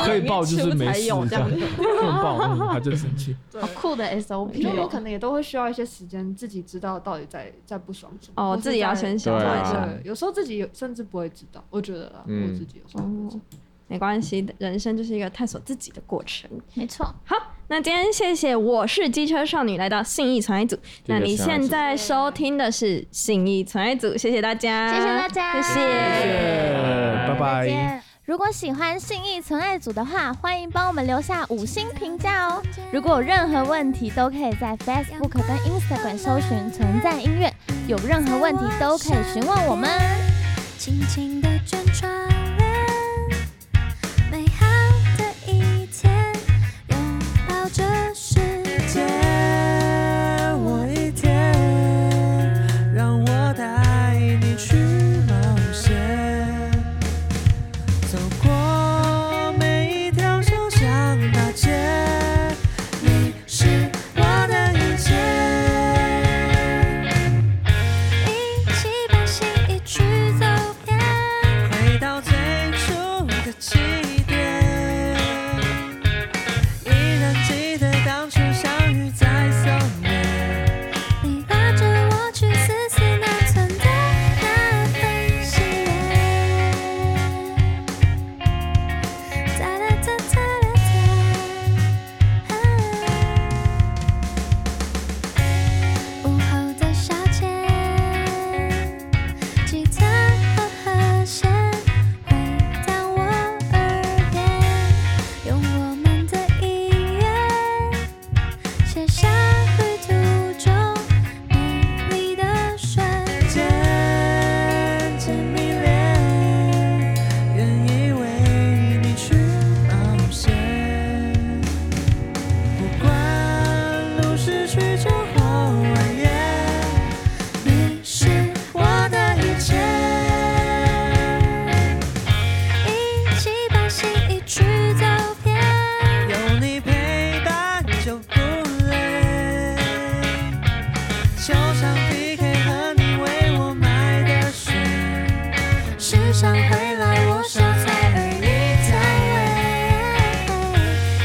可以抱就是没事，
有
这
这
样
样。
不能抱嗯他就生气。
好酷的 SOP
因为我
哦。
可能也都会需要一些时间自己知道到底在在不爽什么。
哦
或是
自己要
在
先想
对
一
啊
下。
对，有时候自己有甚至不会知道，我觉得啦，
嗯
我自己有时候不会知道。
没关系，人生就是一个探索自己的过程。
没错，
好，那今天谢谢我是机车少女来到信义传爱组，那你现在收听的是信义传爱组，谢谢大家，
谢谢大家
谢谢。
呃
再
拜拜。
见。如果喜欢信义存爱组的话，欢迎帮我们留下五星评价哦。如果有任何问题，都可以在 Facebook 跟 Instagram 搜寻“存在音乐”，有任何问题都可以询问我们。
轻轻地卷窗帘，美好的一天，拥抱这世界。
借我一天，让我带你去冒险，走过每一条小巷大街，你是我的一切。
一起把心意去走遍，
回到最初的起点，依然记得当初相遇在松烟。
你拉着我去思思那存在那份喜悦。哒啦哒哒啦哒，午后的小街，吉他和和弦回到我耳边，用我们的音乐。写下旅途中美丽的瞬间。
渐渐迷恋，愿意为你去冒险。不管路是曲折或蜿蜒，
你是
我的一切。
一起把心意去走遍，
有你陪伴就不累。球场 PK 和你为我买的水，
时常回来我手菜，而你在尾。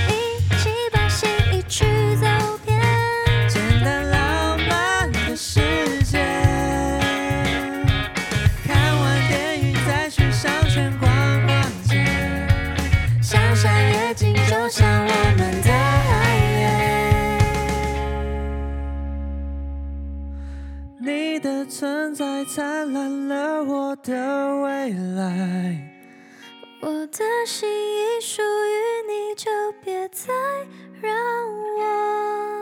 一起把心意去走遍，
简单浪漫的世界。看完电影再去商圈逛逛街，
想象夜景就像我们的爱恋。
你的存在灿烂了我的未来。
我的心已属于你，就别再让我。